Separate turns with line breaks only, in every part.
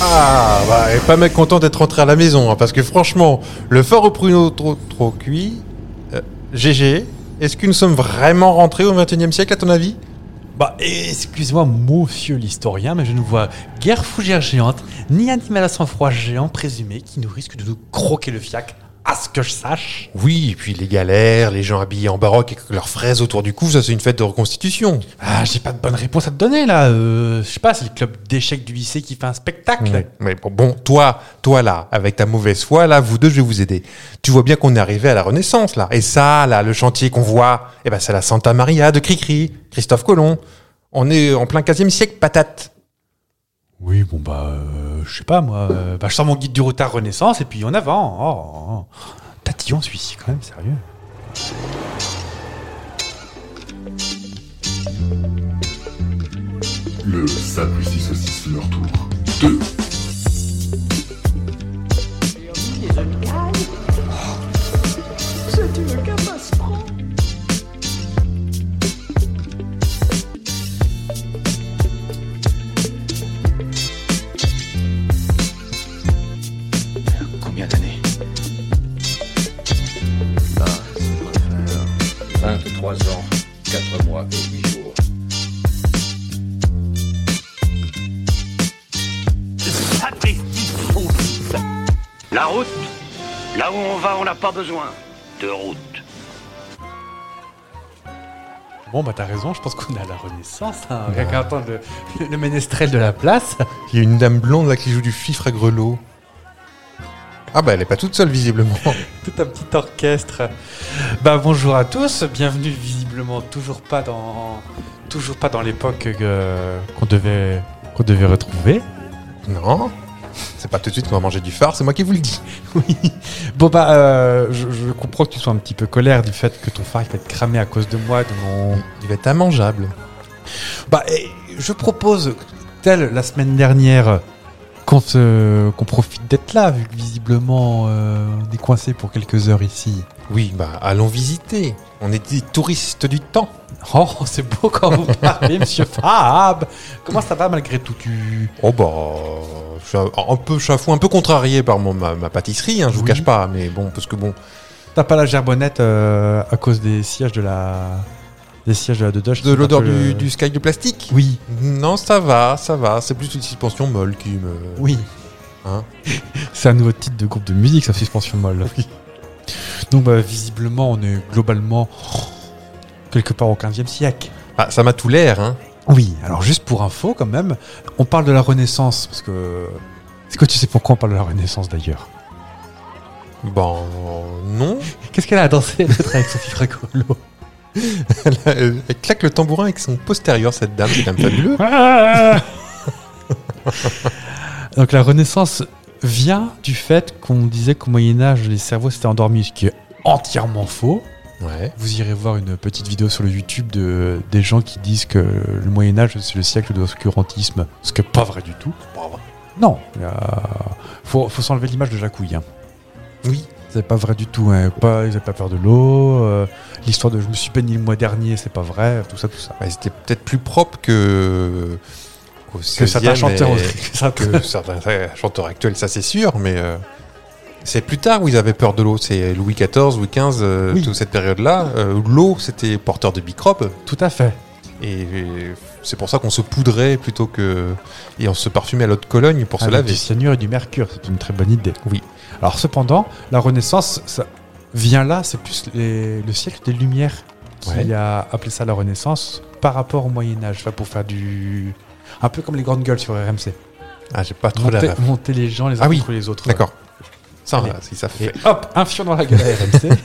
Ah, bah, et pas mec content d'être rentré à la maison, hein, parce que franchement, le fort au pruneau trop, trop cuit. euh, GG, est-ce que nous sommes vraiment rentrés au 21 e siècle à ton avis
Bah, excuse-moi, monsieur l'historien, mais je ne vois guère fougère géante, ni animal à sang-froid géant présumé qui nous risque de nous croquer le fiac, à ce que je sache.
Oui, et puis les galères, les gens habillés en baroque et avec leurs fraises autour du cou, ça c'est une fête de reconstitution.
Ah, j'ai pas de bonne réponse à te donner là. Euh, je sais pas, c'est le club d'échecs du lycée qui fait un spectacle.
Ouais, Mmh. Mais bon, bon, toi, toi là, avec ta mauvaise foi, là, vous deux, je vais vous aider. Tu vois bien qu'on est arrivé à la Renaissance, là. Et ça, là, le chantier qu'on voit, eh ben, c'est la Santa Maria de Cricri, Christophe Colomb. On est en plein 15e siècle, patate.
Oui, bon bah, euh, je sais pas moi. euh, bah, je sors mon guide du retard Renaissance et puis en avant. Oh, oh. Tatillon celui-ci quand même, sérieux.
Le sapristi saucisse fait leur tour. 2.
Combien d'années
23 ans, 4 mois et 8 jours.
Sapristi saucisse. La route, là où on va, on n'a pas besoin de route.
Bon bah t'as raison, je pense qu'on est à la Renaissance. Hein. Rien qu'à entendre le, le ménestrel de la place.
Il y a une dame blonde là qui joue du fifre à grelot. Ah bah elle est pas toute seule visiblement.
Tout un petit orchestre. Bah bonjour à tous, bienvenue visiblement toujours pas dans toujours pas dans l'époque que- qu'on devait qu'on devait retrouver.
non, c'est pas tout de suite qu'on va manger du phare, c'est moi qui vous le dis.
Oui. Bon bah euh, je, je comprends que tu sois un petit peu colère du fait que ton phare il va être cramé à cause de moi, de mon.
Il va être immangeable.
Bah et je propose, telle la semaine dernière, qu'on se- qu'on profite d'être là, vu que visiblement euh, on est coincé pour quelques heures ici.
Oui, bah allons visiter. On est des touristes du temps.
Oh, c'est beau quand vous parlez, monsieur Fab Comment ça va malgré tout tu...
Oh bah, je suis un, un peu chafou, un peu contrarié par mon, ma, ma pâtisserie, hein, je vous
Oui.
cache pas, mais bon, parce que bon,
T'as pas la gerbonnette euh, à cause des sièges de la... Des sièges de la Dodoche
de
c'est euh,
l'odeur
un peu
du,
le-
du sky de plastique.
Oui,
Non, ça va, ça va, c'est plus une suspension molle qui me...
oui.
Hein
c'est un nouveau titre de groupe de musique, ça, Suspension Molle. Donc bah, visiblement, on est globalement quelque part au 15e siècle.
Ah, ça m'a tout l'air, hein.
Oui, alors juste pour info quand même, on parle de la Renaissance, parce que... Est-ce que tu sais pourquoi on parle de la Renaissance d'ailleurs
Ben, non.
Qu'est-ce qu'elle a à danser l'autre avec Sophie Fracolo
Elle, elle- Euh, elle claque le tambourin avec son postérieur, cette dame, c'est quand même fabuleux.
Ah. Donc la Renaissance vient du fait qu'on disait qu'au Moyen Âge les cerveaux s'étaient endormis, ce qui est entièrement faux.
Ouais.
Vous irez voir une petite vidéo sur le YouTube de des gens qui disent que le Moyen Âge c'est le siècle de l'obscurantisme, ce qui n'est pas vrai du tout. Non, il y a- faut, faut s'enlever l'image de Jacouille. hein.
Oui.
C'est pas vrai du tout. hein. Pas, ils n'avaient pas peur de l'eau. euh, L'histoire de je me suis baigné le mois dernier, c'est pas vrai. Tout ça, tout ça.
Bah, c'était peut-être plus propre que... qu'au
Que
16e,
certains chanteurs
mais-
aussi- que certains-
que certains certains chanteurs actuels, ça c'est sûr, mais euh, c'est plus tard où ils avaient peur de l'eau. C'est Louis XIV, Louis XV, euh,
Oui.
toute cette période-là. euh, l'eau, c'était porteur de microbes,
Tout à fait.
et, et c'est pour ça qu'on se poudrait plutôt que. Et on se parfumait à l'eau de Cologne pour se
Avec
laver.
Du cyanure et du mercure, c'est une très bonne idée.
Oui.
Alors cependant, la Renaissance ça vient là, c'est plus les- le siècle des Lumières qui
Ouais.
a appelé ça la Renaissance par rapport au Moyen Âge, Enfin, pour faire du... Un peu comme les grandes gueules sur RMC.
Ah, j'ai pas trop la
Monter,
ref.
monter les gens les uns
Ah oui,
contre les autres.
D'accord. Ça,
Allez.
là, si ça fait.
Et hop, un fion dans la gueule à RMC.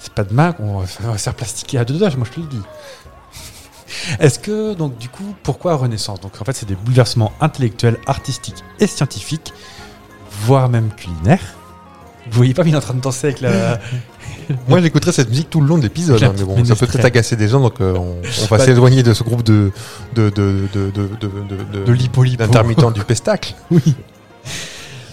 c'est pas demain qu'on va on va se faire plastiquer à deux doigts, moi je te le dis. Est-ce que, donc du coup, pourquoi Renaissance Donc en fait, c'est des bouleversements intellectuels, artistiques et scientifiques, voire même culinaires. Vous voyez pas, mais il est en train de danser avec la.
Moi, j'écouterai cette musique tout le long de l'épisode,
La
hein, mais
petite
bon, ça peut
ménestrelle.
peut-être agacer des gens, donc euh, on, on va
Bah,
s'éloigner de ce groupe de de de de de de, de,
de l'hippolyte.
d'intermittents du pestacle.
Oui.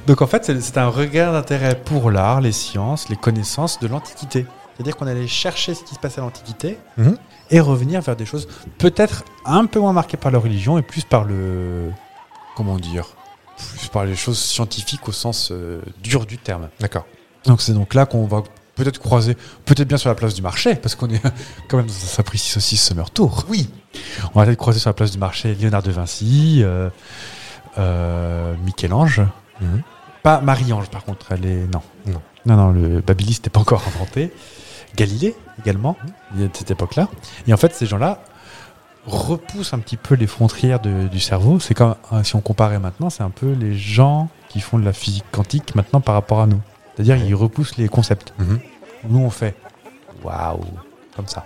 Donc en fait, c'est- c'est un regard d'intérêt pour l'art, les sciences, les connaissances de l'Antiquité. C'est-à-dire qu'on allait chercher ce qui se passait à l'Antiquité
Mhm.
et revenir vers des choses peut-être un peu moins marquées par la religion et plus par le... Comment dire plus par les choses scientifiques au sens euh, dur du terme.
D'accord.
Donc c'est donc là qu'on va peut-être croiser, peut-être bien sur la place du marché, parce qu'on est quand même dans un Sapristi Saucisse Summer Tour. Oui. On va peut-être croiser sur la place du marché Léonard de Vinci, euh, euh, Michel-Ange.
Mhm.
Pas Marie-Ange, par contre, elle est. Non.
Non.
Non, non, le Babylis n'était pas encore inventé. Galilée également, Mhm. il y a de cette époque-là. Et en fait, ces gens-là repoussent un petit peu les frontières de- du cerveau. C'est comme, hein, si on comparait maintenant, c'est un peu les gens qui font de la physique quantique maintenant par rapport à nous. C'est-à-dire, ils repoussent les concepts.
Mhm.
Nous, on fait waouh, comme ça.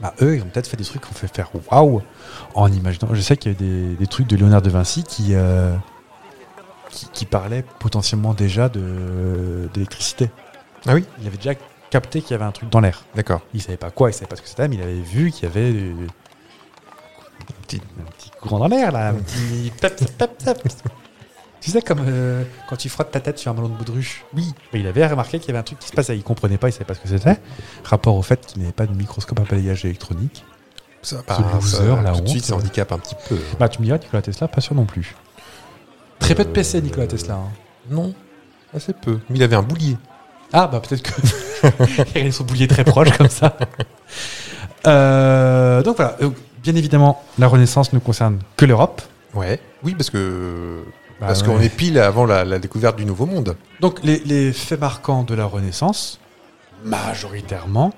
Bah, eux, ils ont peut-être fait des trucs qu'on fait faire waouh en imaginant. Je sais qu'il y a des, des trucs de Léonard de Vinci qui, euh, qui, qui parlaient potentiellement déjà de- d'électricité.
Ah oui
Il avait déjà capté qu'il y avait un truc dans l'air.
D'accord.
Il savait pas quoi, il savait pas ce que c'était, mais il avait vu qu'il y avait euh, un petit, un petit courant dans l'air, là. Un petit tap, tap, tap, tap. Tu sais, comme euh, quand tu frottes ta tête sur un ballon de boudruche. Oui. Mais il avait remarqué qu'il y avait un truc qui se passait. Il comprenait pas, il savait pas ce que c'était. Rapport au fait qu'il n'avait pas de microscope à balayage électronique.
Ça,
loser, la
tout de
honte.
suite, ça handicape un petit peu.
Bah, tu me diras, Nicolas Tesla, pas sûr non plus. Très peu de PC, Nicolas
Euh,
Tesla. hein.
Non, assez peu. Mais il avait un boulier.
Ah, bah peut-être que. Ils sont bouliers très proches comme ça. Euh, donc voilà. Donc, Bien évidemment, la Renaissance ne concerne que l'Europe.
Ouais. Oui, parce que
Bah
parce
ouais.
qu'on est pile avant la, la découverte du Nouveau Monde.
Donc les, les faits marquants de la Renaissance, majoritairement,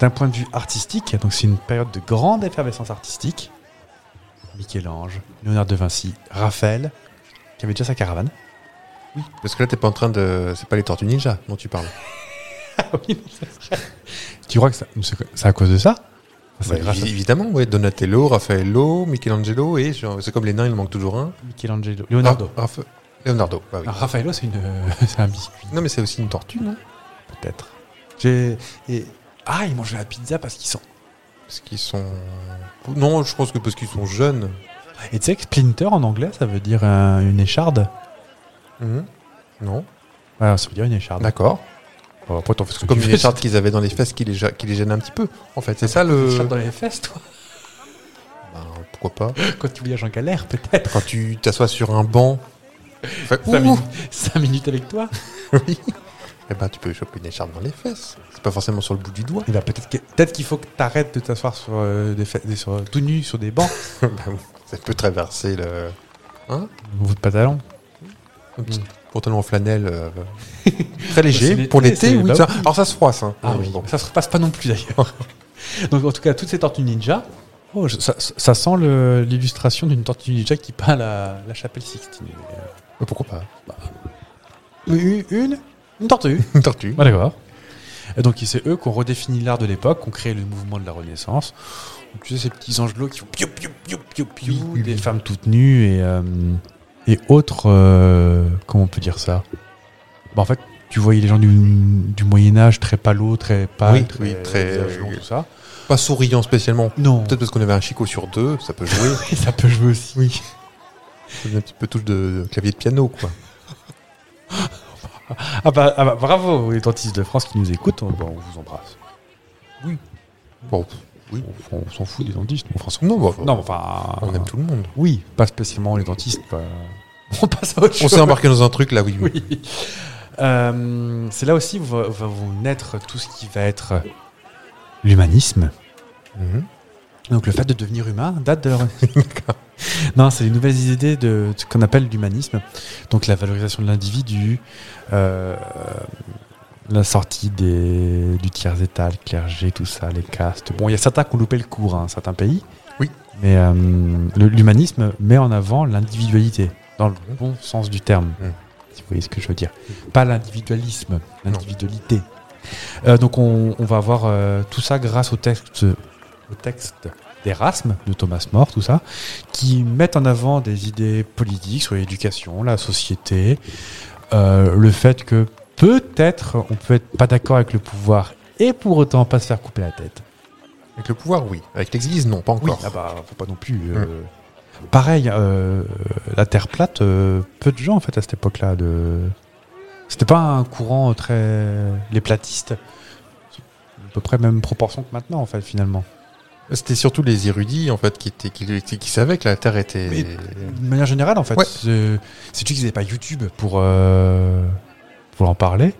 d'un point de vue artistique, donc c'est une période de grande effervescence artistique. Michel-Ange, Léonard de Vinci, Raphaël, qui avait déjà sa caravane.
Oui. Parce que là, t'es pas en train de. C'est pas les Tortues Ninja dont tu parles.
Tu crois que ça- c'est c'est à cause de ça C'est
Bah,
grâce à
évi- évidemment, ouais. Donatello, Raffaello, Michelangelo et genre, c'est comme les nains, il en manque toujours un.
Michelangelo. Leonardo.
Ra- Rapha- Ah, Leonardo. bah oui.
Ah, Raffaello, c'est une, c'est un biscuit,
Non, mais c'est aussi une tortue, non
peut-être. J'ai- et- Ah, ils mangent la pizza parce qu'ils sont.
Parce qu'ils sont. Non, je pense que parce qu'ils sont jeunes.
Et tu sais que splinter en anglais, ça veut dire euh, une écharde.
Mhm. Non.
Voilà, ça veut dire une écharde.
D'accord.
Bon, après, t'en fais ce que
Comme
tu
une
veux.
écharpe qu'ils avaient dans les fesses qui les, ja- qui les gênait un petit peu. En fait, c'est ça
Tu
le.
chopes dans les fesses, toi
Bah, pourquoi pas
Quand tu voyages en galère, peut-être
Quand tu t'assois sur un banc. Enfin,
Cinq
ouh,
minutes- cinq minutes avec toi
oui. Eh ben, tu peux choper une écharpe dans les fesses. C'est pas forcément sur le bout du doigt.
Eh ben, Peut-être que- peut-être qu'il faut que tu arrêtes de t'asseoir sur, euh, des fa- des- sur- tout nu sur des bancs.
Bah oui, ça peut traverser le
Vous de pantalon
un petit Hmm. pantalon en flanelle euh, très léger
C'est
pour
l'été,
l'été.
c'est-
Oui,
bah
ça- Alors ça se froisse. Hein.
Ah
Mais
oui,
bon.
ça se repasse pas non plus d'ailleurs. Donc en tout cas, toutes ces tortues ninja, oh, je- ça, ça sent le- l'illustration d'une tortue ninja qui peint la, la chapelle Sixtine.
Mais Euh, pourquoi pas
Une Euh, Une, une tortue
Une tortue.
Bah, D'accord. Et donc c'est eux qui ont redéfini l'art de l'époque, qui ont créé le mouvement de la Renaissance. Donc, tu sais, ces petits angelots qui font piou, piou, piou, piou, piou, des femmes toutes nues et, euh, et autres. euh, comment on peut dire ça Bah, En fait, tu voyais les gens du, du Moyen-Âge très pâlots, très pâles,
Oui,
très,
oui, très-
visage long, tout ça.
Pas souriant spécialement.
Non,
Peut-être parce qu'on avait un chicot sur deux, ça peut jouer.
ça peut jouer aussi. Oui.
Ça faisait un petit peu touche de de clavier de piano, quoi.
Ah bah, ah bah, bravo, les dentistes de France qui nous écoutent, on, bah, on vous embrasse.
Bon, pff, oui.
On, on s'en fout des dentistes, on s'en
Non, bon,
Non, mais enfin.
on aime tout le monde.
Oui, pas spécialement les dentistes. pas- On passe à autre
On
chose.
s'est embarqué dans un truc là, oui.
Oui. Euh, c'est là aussi où va, va vous naître tout ce qui va être l'humanisme.
Mhm.
Donc le fait de devenir humain date de la Non, c'est les nouvelles idées de ce qu'on appelle l'humanisme. Donc la valorisation de l'individu, euh, la sortie des, du tiers état, le clergé, tout ça, les castes. Bon, il y a certains qui ont loupé le cours, hein, certains pays.
Oui.
Mais euh, le- l'humanisme met en avant l'individualité, dans le bon sens du terme,
Mhm.
si vous voyez ce que je veux dire. Pas l'individualisme, l'individualité. Euh, donc on, on va avoir euh, tout ça grâce au texte, au texte d'Erasme, de Thomas More, tout ça, qui mettent en avant des idées politiques sur l'éducation, la société, euh, le fait que peut-être on peut être pas d'accord avec le pouvoir et pour autant pas se faire couper la tête.
Avec le pouvoir, oui. Avec l'Église, non, pas encore.
ah bah faut pas non plus. euh, Pareil, euh, la Terre plate, euh, peu de gens en fait à cette époque-là. De... C'était pas un courant très les platistes, à peu près même proportion que maintenant en fait finalement.
C'était surtout les érudits en fait qui, étaient- qui, qui- qui savaient que la Terre était.
Mais- De manière générale, en fait, euh,
Ouais.
c'est c'est juste qu'ils n'avaient pas YouTube pour, euh, pour en parler.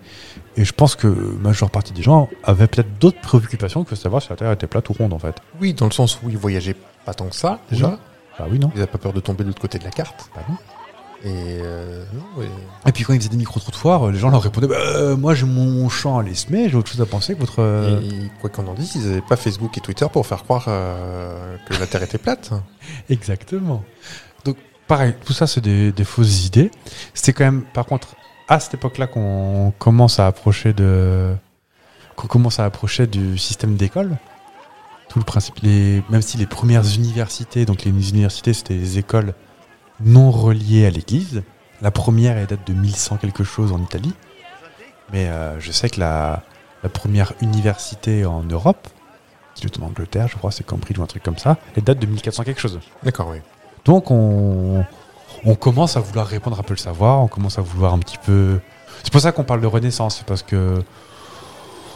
Et je pense que la majeure partie des gens avaient peut-être d'autres préoccupations que savoir si la Terre était plate ou ronde, en fait.
Oui, dans le sens où ils voyageaient pas tant que ça déjà.
Oui. Bah oui, non
Ils n'avaient pas peur de tomber de l'autre côté de la carte.
Bah non.
Et euh, non, et-
Et puis quand ils faisaient des micro-trottoirs, euh, les gens leur répondaient bah, euh, Moi, j'ai mon champ à les semer, j'ai autre chose à penser que votre. euh,
et quoi qu'on en dise, ils n'avaient pas Facebook et Twitter pour faire croire euh, que la Terre était plate.
Exactement. Donc, pareil, tout ça, c'est des, des fausses idées. C'était quand même, par contre, à cette époque-là qu'on commence à approcher de, qu'on commence à approcher du système d'école. Tout le principe, les, même si les premières universités, donc les universités, c'était des écoles non reliées à l'Église. La première, elle date de 1100 quelque chose en Italie. Mais euh, je sais que la, la première université en Europe, qui est en Angleterre, je crois, c'est Cambridge ou un truc comme ça, elle date de 1400 quelque chose.
D'accord, oui.
Donc on, on commence à vouloir répondre un peu le savoir, on commence à vouloir un petit peu. C'est pour ça qu'on parle de renaissance, c'est parce que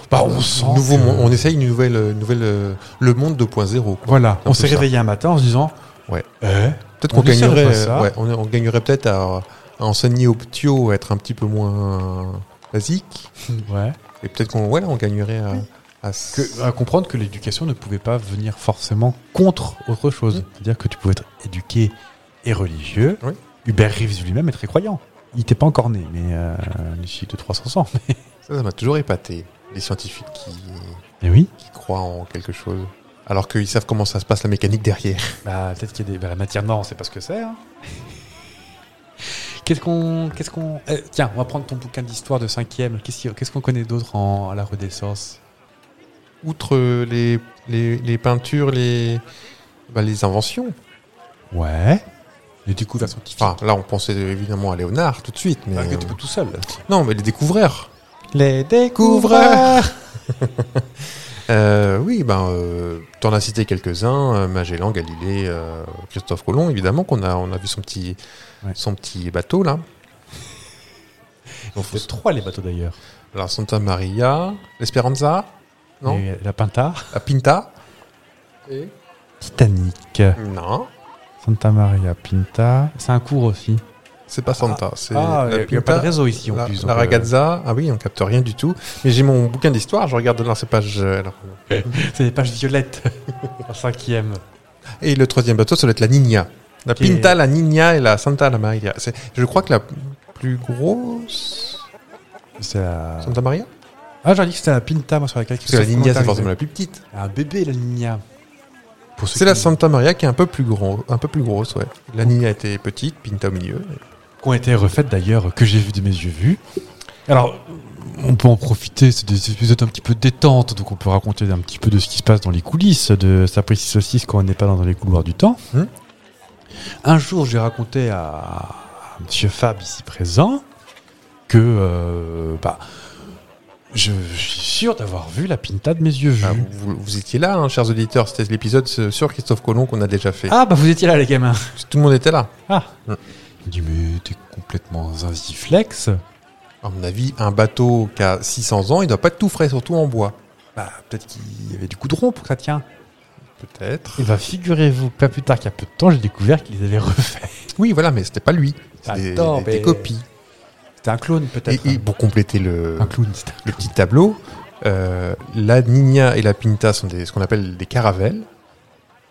bah on sent
Nouveau
que-
monde- on essaye une nouvelle, une nouvelle, euh, le monde 2.0. quoi.
Voilà,
Un
on s'est
peu ça.
réveillé un matin en se disant
Ouais.
eh,
Peut-être
On
qu'on
ne savait
gagnerait,
pas ça.
euh, ouais, on, on gagnerait peut-être à, à enseigner aux ptios à être un petit peu moins basique.
ouais,
Et peut-être qu'on, ouais, on gagnerait à, à s-
que, à comprendre que l'éducation ne pouvait pas venir forcément contre autre chose, c'est-à-dire que tu pouvais être éduqué et religieux.
Mm. Oui.
Hubert Reeves lui-même est très croyant. Il n'était pas encore né, mais euh, d'ici de 300 ans.
Ça, ça m'a toujours épaté. Les scientifiques qui,
Mais oui.
qui croient en quelque chose. Alors qu'ils savent comment ça se passe la mécanique derrière.
Bah, peut-être qu'il y a des. Bah, la matière noire, on sait pas ce que c'est. hein. Qu'est-ce qu'on. Qu'est-ce qu'on. euh, tiens, on va prendre ton bouquin d'histoire de 5 Qu'est-ce qu'il- qu'est-ce qu'on connaît d'autre en, à la Renaissance
Outre euh, les, les, les peintures, les, bah, les inventions.
Ouais. Les découvertes scientifiques.
Enfin, là, on pensait évidemment à Léonard tout de suite. Mais,
Ah, que
euh,
t'es pas tout seul.
non, mais les découvreurs.
Les
découvreurs. Euh, oui, ben, euh, t'en as cité quelques-uns, euh, Magellan, Galilée, euh, Christophe Colomb, évidemment, qu'on a, on a vu son petit,
Ouais.
son petit bateau, là.
On fait trois les bateaux d'ailleurs.
Alors, Santa Maria, l'Esperanza, non,
Il y a eu euh, La Pinta.
la Pinta. Et
Titanic.
Non,
Santa Maria Pinta. C'est un cours aussi.
c'est pas Santa, c'est
ah,
la
il n'y a pas de
Pinta,
réseau ici en
la,
plus.
la
donc, euh,
Ragazza, ah oui, on capte rien du tout. Mais j'ai mon bouquin d'histoire, je regarde dans ces pages. euh, alors.
C'est des pages violettes. en cinquième.
Et le troisième bateau, ça doit être la Nina. La
Qui est-
Pinta, la Nina et la Santa la Maria. C'est- Je crois que la plus grosse,
C'est la-
Santa Maria
Ah, j'aurais dit que c'était la Pinta, moi, sur laquelle
Parce que la Nina, c'est forcément la plus petite.
Un bébé, la Nina. Pour ceux
C'est la
qui-
Santa Maria qui est un peu plus, gros, un peu plus grosse, ouais. La Nina était petite, Pinta au milieu.
qui ont été refaites d'ailleurs, que j'ai vu de mes yeux vus. Alors, on peut en profiter, c'est des épisodes un petit peu détente, donc on peut raconter un petit peu de ce qui se passe dans les coulisses de Sapristi Saucisse quand on n'est pas dans les couloirs du temps.
Hmm.
Un jour, j'ai raconté à, à Monsieur Fab ici présent que euh, bah, je, je suis sûr d'avoir vu la pinta de mes yeux vus.
Ah, vous- vous, vous étiez là, hein, chers auditeurs, c'était l'épisode sur Christophe Colomb qu'on a déjà fait.
ah bah vous étiez là les gamins
Tout le monde était là.
Ah
Mm.
Il me dit, mais t'es complètement zinziflex.
À mon avis, un bateau qui a 600 ans, il doit pas être tout frais, surtout en bois.
Bah, peut-être qu'il y avait du goudron pour que ça tient.
Peut-être.
Et bah, figurez-vous, que pas plus tard qu'il y a peu de temps, j'ai découvert qu'ils avaient refait.
Oui, voilà, mais c'était pas lui. C'était des,
Attends,
des- des
mais-
copies.
C'était un clone,
Et,
peut-être.
et pour compléter le,
Un clown, c'était.
le petit tableau, euh, la Nina et la Pinta sont des, ce qu'on appelle des caravelles.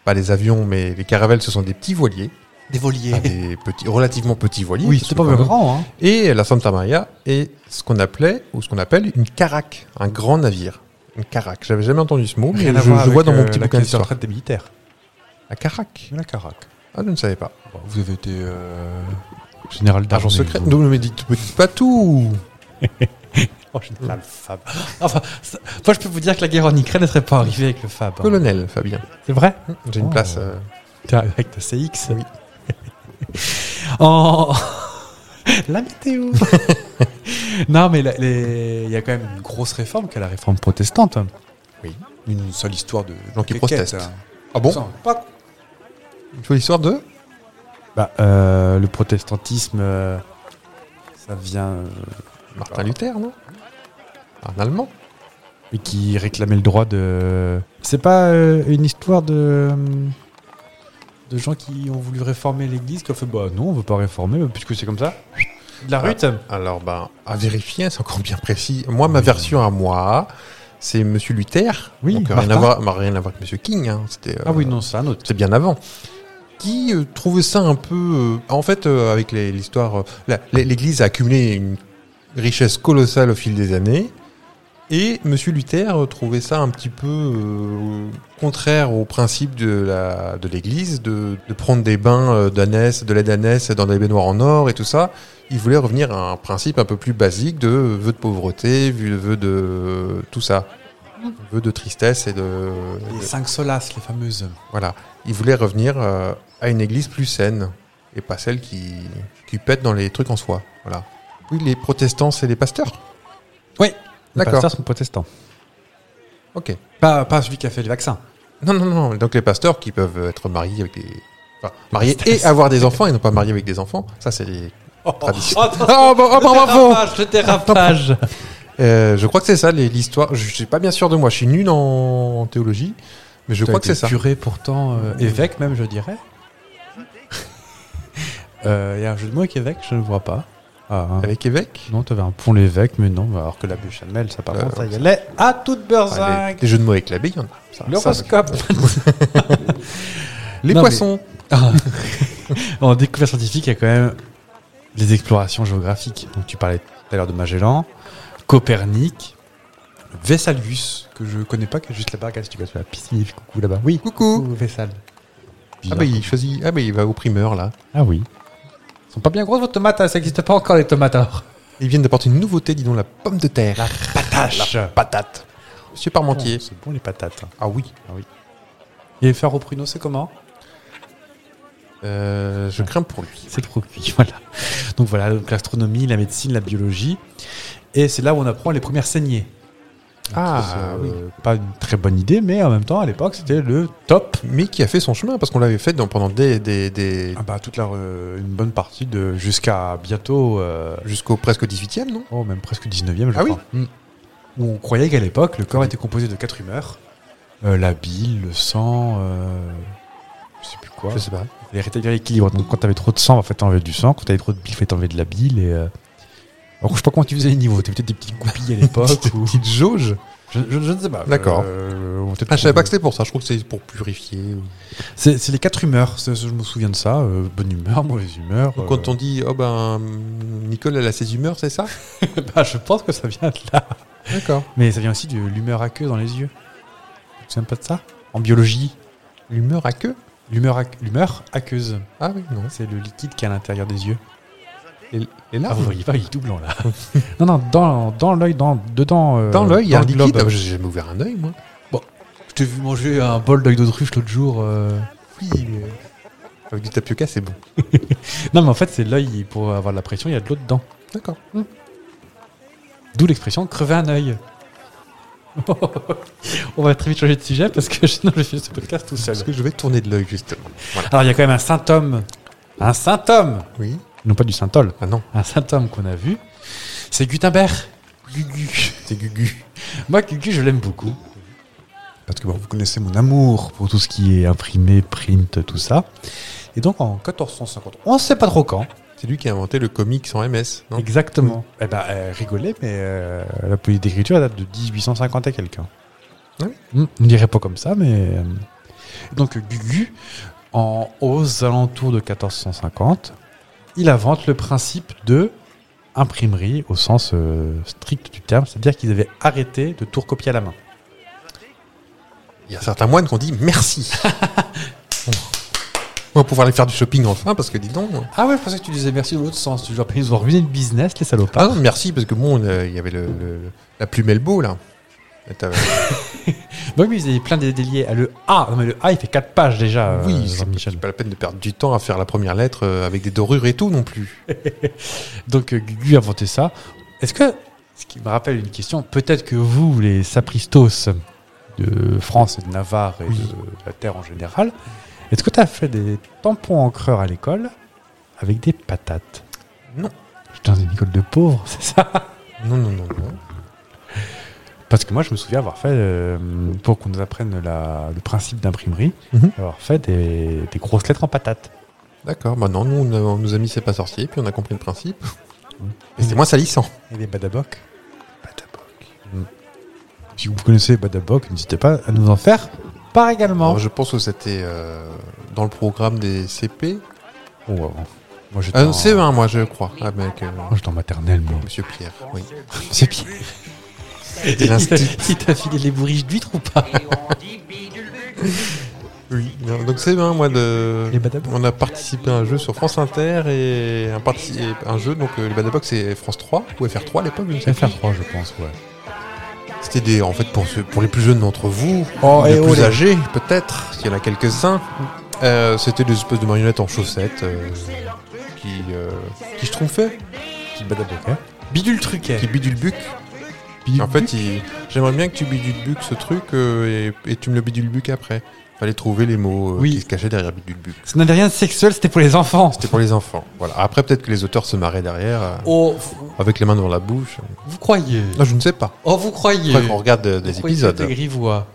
Pas des avions, mais les caravelles, ce sont des petits voiliers.
Des voliers.
à des petits, relativement petits voiliers.
oui,
parce
c'était
que
pas
quand même-
grand, hein.
Et la Santa Maria est ce qu'on appelait, ou ce qu'on appelle, une carac, un grand navire. Une carac. J'avais jamais entendu ce mot, mais je, je vois dans mon
euh,
petit bouquin d'histoire.
des militaires.
La carac.
La carac.
Ah, je ne savais pas.
vous avez été euh, général d'argent
Argent secret. Non, mais dites, me dites pas tout.
Oh, général Fab. Enfin, ça- moi, je peux vous dire que la guerre en Ukraine ne serait pas arrivée avec le Fab. hein.
Colonel, Fabien.
C'est vrai
J'ai une
Oh.
place. euh,
T'es avec ta CX en... La météo Non, mais la- les- il y a quand même une grosse réforme qu'est la réforme protestante.
Oui.
Une seule histoire de
gens qui
quéquette,
protestent.
hein.
Ah bon
Ça, pas-
Tu vois l'histoire de
Bah, euh, le protestantisme, euh, ça vient... euh,
Martin Luther, non Un Allemand
et qui réclamait le droit de. C'est pas euh, une histoire de. euh, de gens qui ont voulu réformer l'église, qui ont fait bah non, on veut pas réformer, puisque c'est comme ça. De la
Ah.
rute
Alors, ben, à vérifier, c'est encore bien précis. Moi, ma version à moi, c'est Monsieur Luther.
Oui,
donc, rien
Martin.
à, voir, bah, rien à voir avec Monsieur King. hein. C'était, euh,
Ah oui, non, c'est un autre.
C'est bien avant. Qui euh, trouvait ça un peu. euh, en fait, euh, avec les- l'histoire. euh, la- l'é- L'Église a accumulé une richesse colossale au fil des années. Et Monsieur Luther euh, trouvait ça un petit peu euh, contraire au principe de la de l'Église de, de prendre des bains euh, d'ânesse, de lait d'ânesse dans des baignoires en or et tout ça. Il voulait revenir à un principe un peu plus basique de vœu de pauvreté, vu- vœu de euh, tout ça, vœu de tristesse et de,
Les
de-
cinq solaces, les fameuses.
voilà. Il voulait revenir euh, à une église plus saine et pas celle qui, qui pète dans les trucs en soi. Voilà. Oui, les protestants, c'est les pasteurs
Oui,
D'accord.
Les pasteurs sont protestants.
Ok.
Pas, pas celui qui a fait les vaccins.
Non, non, non. Donc les pasteurs qui peuvent être mariés avec des. Enfin, mariés et
pasteurs.
avoir des enfants et non pas mariés avec des enfants. Ça, c'est les
Oh,
traditions. Ah, bah, ah, bah, bravo
Le dérapage
Euh, Je crois que c'est ça, les- l'histoire. Je suis pas bien sûr de moi. Je suis nul en, en théologie, mais je crois que c'est ça.
Curé pourtant, euh, évêque même, je dirais. Euh, Il y a un jeu de mots avec évêque, je ne vois pas. Ah, hein.
Avec évêque
Non, t'avais un pont l'évêque, mais non, bah, alors que l'abbé Chanel, ça par
Euh,
contre, ça y allait à toute
Ah, les,
berzingue.
les jeux de mots avec l'abbé, il y en a. Ça, ça,
L'horoscope.
les
Non, mais-
poissons
en découverte scientifique, il y a quand même les explorations géographiques. Donc, tu parlais tout à l'heure de Magellan, Copernic, Vesalius, que je connais pas, qui est juste là-bas. Regarde, Si tu vas sur la piscine, il fait coucou là-bas. Oui,
Coucou
Vessal.
Ah, bah, il choisit. Ah, bah, il va au primeur, là.
Ah oui. Elles sont pas bien grosses vos tomates, hein, ça n'existe pas encore les tomates alors.
Ils viennent d'apporter une nouveauté, dis donc, la pomme de terre. La
Patache.
patate. Monsieur Parmentier.
C'est bon les patates. hein.
Ah oui.
Et faire au pruneau, c'est comment
Euh, je crains pour lui.
C'est trop cuit, voilà. Donc voilà, donc l'astronomie, la médecine, la biologie. Et c'est là où on apprend les premières saignées.
Ah,
Donc, euh, Pas une très bonne idée, mais en même temps, à l'époque, c'était le top.
Mais qui a fait son chemin, parce qu'on l'avait fait dans- pendant des, des, des-
Ah bah, toute la, euh, une bonne partie de jusqu'à bientôt, euh,
jusqu'au presque 18e, non
oh, même presque 19e, je
Ah oui
crois. Où on croyait qu'à l'époque, le corps était composé de quatre humeurs. Euh, la bile, le sang, euh, je sais plus quoi.
Je sais pas.
Et rétablir l'équilibre. Donc quand t'avais trop de sang, en fait, t'enlevais du sang. Quand t'avais trop de bile, en fait, t'enlevais de la bile. Et, euh, Alors, je sais pas comment tu faisais les niveaux. T'avais peut-être des petites goupilles à l'époque.
Petite,
ou...
petite jauge.
je, je- je ne sais pas.
D'accord.
Euh, on peut-être
Ah, je savais pas que
trouver.
c'était pour ça. Je trouve que c'est pour purifier.
c'est, c'est les quatre humeurs. c'est- je me souviens de ça. euh, bonne humeur, mauvaise humeur.
Donc,
euh,
Quand on dit, oh ben, Nicole, elle a ses humeurs, c'est ça
bah, je pense que ça vient de là.
D'accord.
Mais ça vient aussi de l'humeur aqueuse dans les yeux. Tu te souviens pas de ça En biologie,
L'humeur à queue
l'humeur, ac- l'humeur aqueuse,
Ah oui, non.
c'est le liquide qui est à l'intérieur des yeux.
Et, et là
Ah, vous voyez pas, il est tout blanc là. non, non, dans, dans l'œil, dans, dedans. euh,
Dans l'œil, il y a un
le globe.
liquide. Ah, J'ai jamais ouvert un œil, moi.
Je t'ai vu manger un bol d'œil d'autruche l'autre jour. euh.
Oui, mais- Avec du tapioca, c'est bon.
Non, mais en fait, c'est l'œil, pour avoir de la pression, il y a de l'eau dedans.
D'accord.
D'où l'expression crever un œil. On va très vite changer de sujet parce que sinon je finis ce podcast tout seul.
Parce que je vais tourner de l'œil, justement. Voilà.
Alors il y a quand même un symptôme. Un symptôme
Oui.
Non pas du synthol.
Ah non.
Un symptôme qu'on a vu. C'est Gutenberg. Gugu.
C'est Gugu.
Moi, Gugu, je l'aime beaucoup.
Parce que bon, vous connaissez.
C'est mon amour pour tout ce qui est imprimé, print, tout ça. Et donc en 1450, on sait pas trop quand,
C'est lui qui a inventé le comic sans MS, non
Exactement. Eh ben, euh, rigolez, mais euh, la police d'écriture elle date de 1850 et quelqu'un.
Ah oui.
Mm, on dirait pas comme ça, mais. euh, Donc, Gugu, en, aux alentours de 1450, il invente le principe de imprimerie au sens euh, strict du terme, c'est-à-dire qu'ils avaient arrêté de tout recopier à la main.
Il y a certains moines qui ont dit merci. Bon. On va pouvoir aller faire du shopping enfin, parce que dis donc.
Ah ouais, je pensais que tu disais merci dans l'autre sens. Tu genre, ils ont ruiné le business, les
Ah
salopards.
non, merci, parce que bon, euh, il y avait le, le- la plume Elbow, là. Et t'as-
Bah oui, mais ils avaient plein de déliés à le A. Non, mais le A, il fait 4 pages déjà, euh,
oui,
Jean-Michel.
c'est pas la peine de perdre du temps à faire la première lettre euh, avec des dorures et tout non plus.
Donc euh, Gugu a inventé ça. Est-ce que, ce qui me rappelle une question, peut-être que vous, les sapristos de France et de Navarre et de la Terre en général, est-ce que tu as fait des tampons encreurs à l'école avec des patates
Non.
J'étais dans une école de pauvres, c'est ça
Non, non, non, non.
Parce que moi, je me souviens avoir fait, euh, pour qu'on nous apprenne la- le principe d'imprimerie,
Mhm.
avoir fait des, des grosses lettres en patate.
D'accord, bah non, nous, on, a- on nous a mis C'est pas sorcier, puis on a compris le principe. Et c'était moins salissant.
Et des badaboc. Badaboc. Mm. Si vous connaissez badaboc, n'hésitez pas à nous en faire part également.
Alors, je pense que c'était euh, dans le programme des CP.
Oh, avant. Moi, j'étais
Euh,
en-
CE1, moi, je crois, avec euh,
moi, j'étais en maternelle, moi.
Monsieur Pierre. Oui.
C'est bien.
Et l'instit.
Il t'a filé les bourriches d'huîtres ou pas
Oui. Non, donc CE1, moi, de...
Les Badabox.
on a participé à un jeu sur France Inter et un, parti- et un jeu, donc euh, les Badabox, c'est France 3 ou FR3 à l'époque, je ne sais plus.
FR3, je pense, ouais.
C'était des, en fait, pour, ceux- pour les plus jeunes d'entre vous,
Oh,
ou les
eh oh,
plus
les-
âgés, peut-être, il y en a quelques-uns. euh, c'était des espèces de marionnettes en chaussettes euh, qui, euh, qui se tromfaient,
Petit badaboc, hein.
bidule truquet, qui bidule buc.
Puis-
en fait, il- j'aimerais bien que tu bidule buc ce truc euh, et, et tu me le bidule buc après. Fallait trouver les mots euh,
Oui.
qui se cachaient derrière bidule buc.
ça n'avait rien de sexuel, c'était pour les enfants.
C'était pour les enfants. Voilà. Après, peut-être que les auteurs se marraient derrière, euh,
Oh, vous-
avec les mains devant la bouche.
vous croyez
Non, je ne sais pas.
Oh, vous croyez
Après, on regarde euh, des
Vous croyez que c'était
épisodes.
grivois.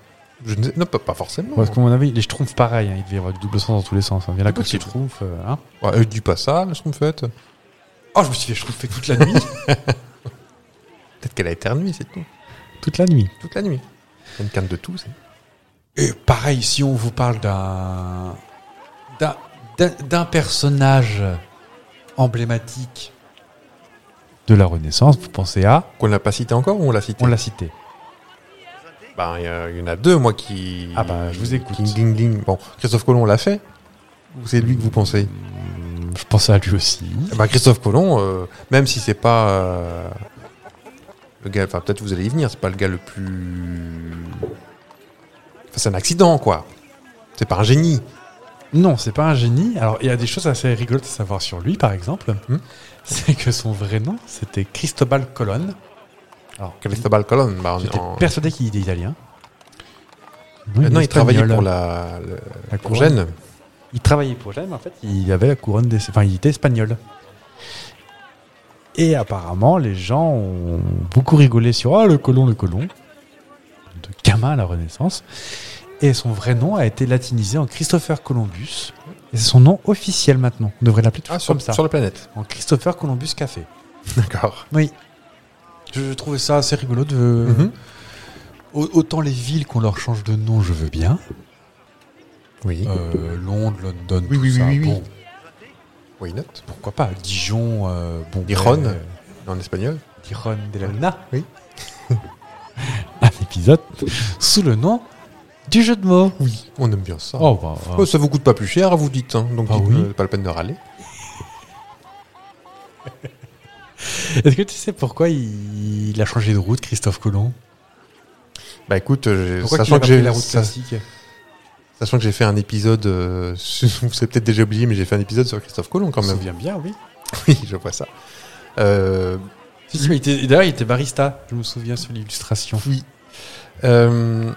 Je ne sais- non, pas, pas forcément.
Parce qu'à mon avis, les schtroumpfs, pareil, hein, il devait y avoir du double sens dans tous les sens. Hein. Il y en a que
Possible.
schtroumpfs. euh, hein.
Ouais, euh, dis pas ça, ce qu'on fait.
Oh, je me suis fait schtroumpfer toute la nuit.
Peut-être qu'elle a éternué, c'est tout.
toute la nuit.
Toute la nuit. Une canne de tout, c'est.
Et pareil, si on vous parle d'un. d'un- d'un- d'un personnage emblématique de la Renaissance, vous pensez à.
Qu'on l'a pas cité encore ou on l'a cité
On l'a cité.
Ben, il y a- il y, en a deux, moi, qui.
Ah ben, je vous écoute.
Ding, ding, ding. Bon, Christophe Colomb l'a fait Ou c'est lui que vous pensez
Je pense à lui aussi.
Eh ben, Christophe Colomb, euh, même si c'est pas. euh, le gars, enfin, peut-être vous allez y venir, c'est pas le gars le plus. Enfin, c'est un accident, quoi. C'est pas un génie.
Non, c'est pas un génie. Alors, il y a des choses assez rigolotes à savoir sur lui, par exemple.
Hmm.
C'est que son vrai nom, c'était Cristobal Colon. Alors,
Cristobal Colomb, bah, en-
j'étais
en-
persuadé qu'il était italien.
Euh, non, il
Espagnol.
travaillait pour la. le-
La
pour
couronne.
Gênes.
Il travaillait pour Gênes, mais en fait, il avait la couronne des... Enfin, il était espagnol. Et apparemment, les gens ont beaucoup rigolé sur « Ah, le colon, le colon !» De gamin à la Renaissance. Et son vrai nom a été latinisé en Christopher Columbus. Et c'est son nom officiel maintenant. On devrait l'appeler toujours
Ah, sur,
comme ça.
sur la planète.
En Christopher Columbus Café.
D'accord.
Oui. Je trouvais ça assez rigolo de...
Mhm.
Au- Autant les villes qu'on leur change de nom, je veux bien.
Oui.
Euh, Londres, London,
Oui,
tout
oui, oui,
ça,
oui, oui.
bon,
Oui, note.
pourquoi pas Dijon, euh, Bombay,
Dijon.
euh,
En espagnol.
Dijon de la Luna.
Oui.
Un épisode sous le nom du jeu de mots.
Oui. On aime bien ça.
Oh, bah, bah.
Oh, ça vous coûte pas plus cher, vous dites. hein. Donc,
Ah
dites,
oui.
euh, pas la peine de râler.
Est-ce que tu sais pourquoi il, il a changé de route, Christophe Colomb
Bah écoute, euh, j'ai-
Pourquoi il
Euh, sachant
a
que,
pas pris
j'ai,
la route
sa-
classique
sachant que j'ai fait un épisode, euh, sur- vous avez peut-être déjà oublié, mais j'ai fait un épisode sur Christophe Colomb quand
On me
même.
souvient bien, oui.
Oui, je vois ça. Euh,
Si, si, mais il était- D'ailleurs, il était barista, je me souviens sur l'illustration.
oui. Euh,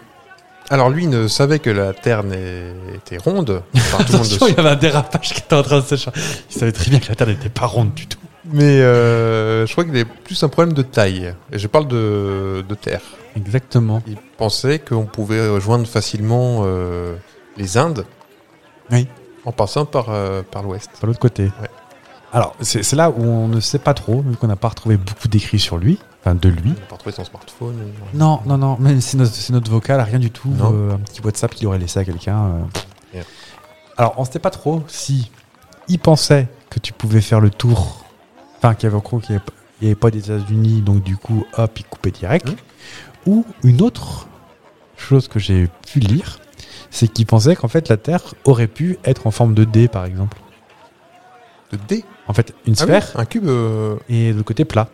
alors lui ne savait que la Terre n'est- était ronde. Enfin, tout le monde le
Attention, il
sait.
y avait un dérapage qui était en train de se changer. Il savait très bien que la Terre n'était pas ronde du tout.
Mais euh, je crois qu'il est plus un problème de taille. Et je parle de, de Terre.
Exactement.
Il pensait qu'on pouvait rejoindre facilement euh, les Indes
Oui.
en passant par, euh, par l'Ouest.
Par l'autre côté.
Ouais.
Alors, c'est c'est là où on ne sait pas trop, vu qu'on n'a pas retrouvé beaucoup d'écrits sur lui, enfin de lui.
On n'a pas retrouvé son smartphone.
Hmm.
euh,
Non, non, non, même c'est notre, c'est notre vocal, rien du tout.
Non.
euh, un petit WhatsApp qu'il aurait laissé à quelqu'un. euh.
Yeah.
Alors, on ne sait pas trop si il pensait que tu pouvais faire le tour, enfin qu'il y avait en gros qu'il n'y avait, pas- il y avait pas des États-Unis, donc du coup, hop, il coupait direct.
Mhm.
Ou une autre chose que j'ai pu lire, c'est qu'il pensait qu'en fait la Terre aurait pu être en forme de dé, par exemple.
De dé
En fait,
Ah
une
oui,
sphère
Un cube. euh,
et de côté plat.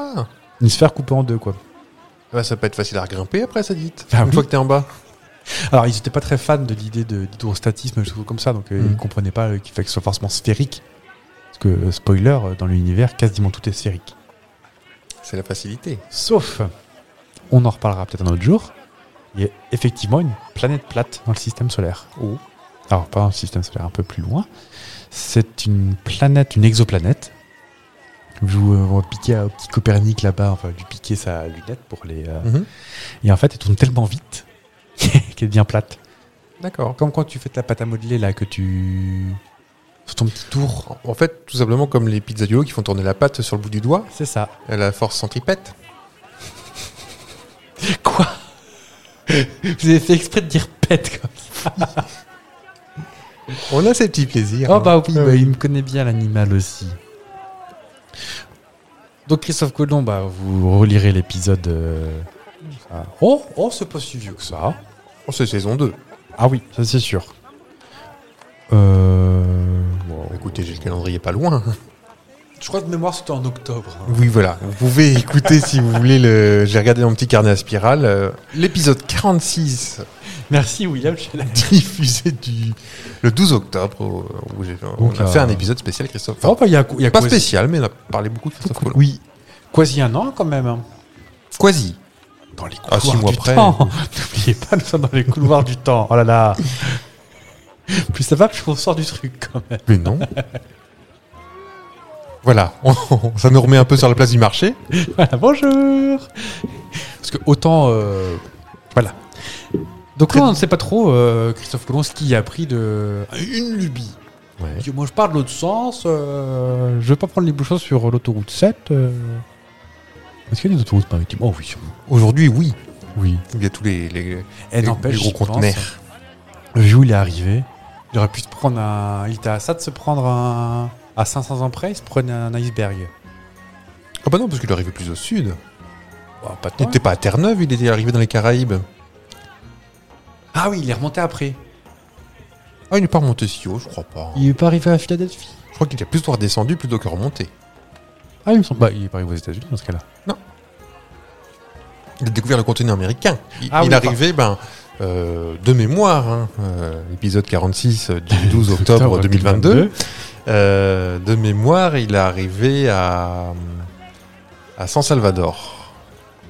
Ah
Une sphère coupée en deux, quoi.
Bah, Ça peut être facile à regrimper après, ça dit.
Ah
Une
oui.
fois que t'es en bas.
Alors, ils n'étaient pas très fans de l'idée de d'hydrostatisme, des choses comme ça, donc euh,
Mm.
ils comprenaient pas euh, qu'il fallait que ce soit forcément sphérique. Parce que, euh, spoiler, euh, dans l'univers, quasiment tout est sphérique.
C'est la facilité.
Sauf, on en reparlera peut-être un autre jour, il y a effectivement une planète plate dans le système solaire. Alors, pas dans le système solaire, un peu plus loin. C'est une planète, une exoplanète. Je vous euh, on va piquer au petit Copernic là-bas, enfin, du piquer piquer sa lunette pour les. euh,
Mhm.
Et en fait, elle tourne tellement vite qu'elle devient plate.
D'accord.
Comme quand tu fais de la pâte à modeler là, que tu. Sur ton petit tour.
En fait, tout simplement comme les pizzaiolo qui font tourner la pâte sur le bout du doigt,
C'est ça.
à la force centripète.
Quoi Vous avez fait exprès de dire pète comme ça.
On a ces petits plaisirs.
Oh
hein.
bah oui,
Ah
bah, il me connaît bien l'animal aussi. Donc Christophe Colomb, bah, vous relirez l'épisode. euh, ah. Oh, oh c'est pas si vieux que ça.
Oh, c'est saison 2.
Ah oui, ça c'est sûr. Euh... wow.
Écoutez, j'ai le calendrier pas loin.
Je crois de mémoire c'était en octobre. hein.
Oui, voilà. Vous pouvez écouter si vous voulez. Le... J'ai regardé mon petit carnet à spirale. euh, L'épisode 46,
Merci William. je l'ai-
diffusé du... le 12 octobre, où- où j'ai- on
Donc,
a
euh,
fait un épisode spécial, Christophe.
Oh, bah, il y a, il y a
pas
quasi-
spécial, mais on a parlé beaucoup de Christophe Colomb.
Oui. Quasi un an quand même. hein.
Quasi.
Dans les
Ah, six mois
du
après.
temps. N'oubliez pas, nous sommes dans les couloirs du temps. Oh là là. Plus ça va, plus on sort du truc quand même.
Mais non. voilà. Ça nous remet un peu sur la place du marché.
Voilà, bonjour. Parce que autant. euh, voilà. Donc là, on ne sait pas trop, euh, Christophe Colomb, ce qu'il a pris de. Une lubie. Il dit, Moi, je pars de l'autre sens. euh, je vais pas prendre les bouchons sur l'autoroute 7. euh. Est-ce qu'il y a des autoroutes maritimes Oh oui, sûrement.
Aujourd'hui, oui.
Oui.
Il y a tous les, les- les-
Et n'empêche,
les gros
j'y pense.
conteneurs.
Le jour où il est arrivé, il aurait pu se prendre un. Il était à ça de se prendre un. À 500 ans près, il se prenait un iceberg.
Ah bah non, parce qu'il est arrivé plus au sud.
Oh, pas
Il n'était pas à Terre-Neuve, il était arrivé dans les Caraïbes.
Ah oui, il est remonté après.
Ah, il n'est pas remonté si haut, je crois pas.
Il est pas arrivé à Philadelphie.
Je crois qu'il a plus redescendu plutôt que remonté.
Ah, il me semble. Bah, il est pas arrivé aux États-Unis dans ce cas-là.
Il a découvert le continent américain. Il,
Ah
il
oui,
est arrivé, ben, euh, de mémoire, hein, euh, épisode 46 euh, du 12 octobre 2022. Euh, de mémoire, il est arrivé à, à San Salvador.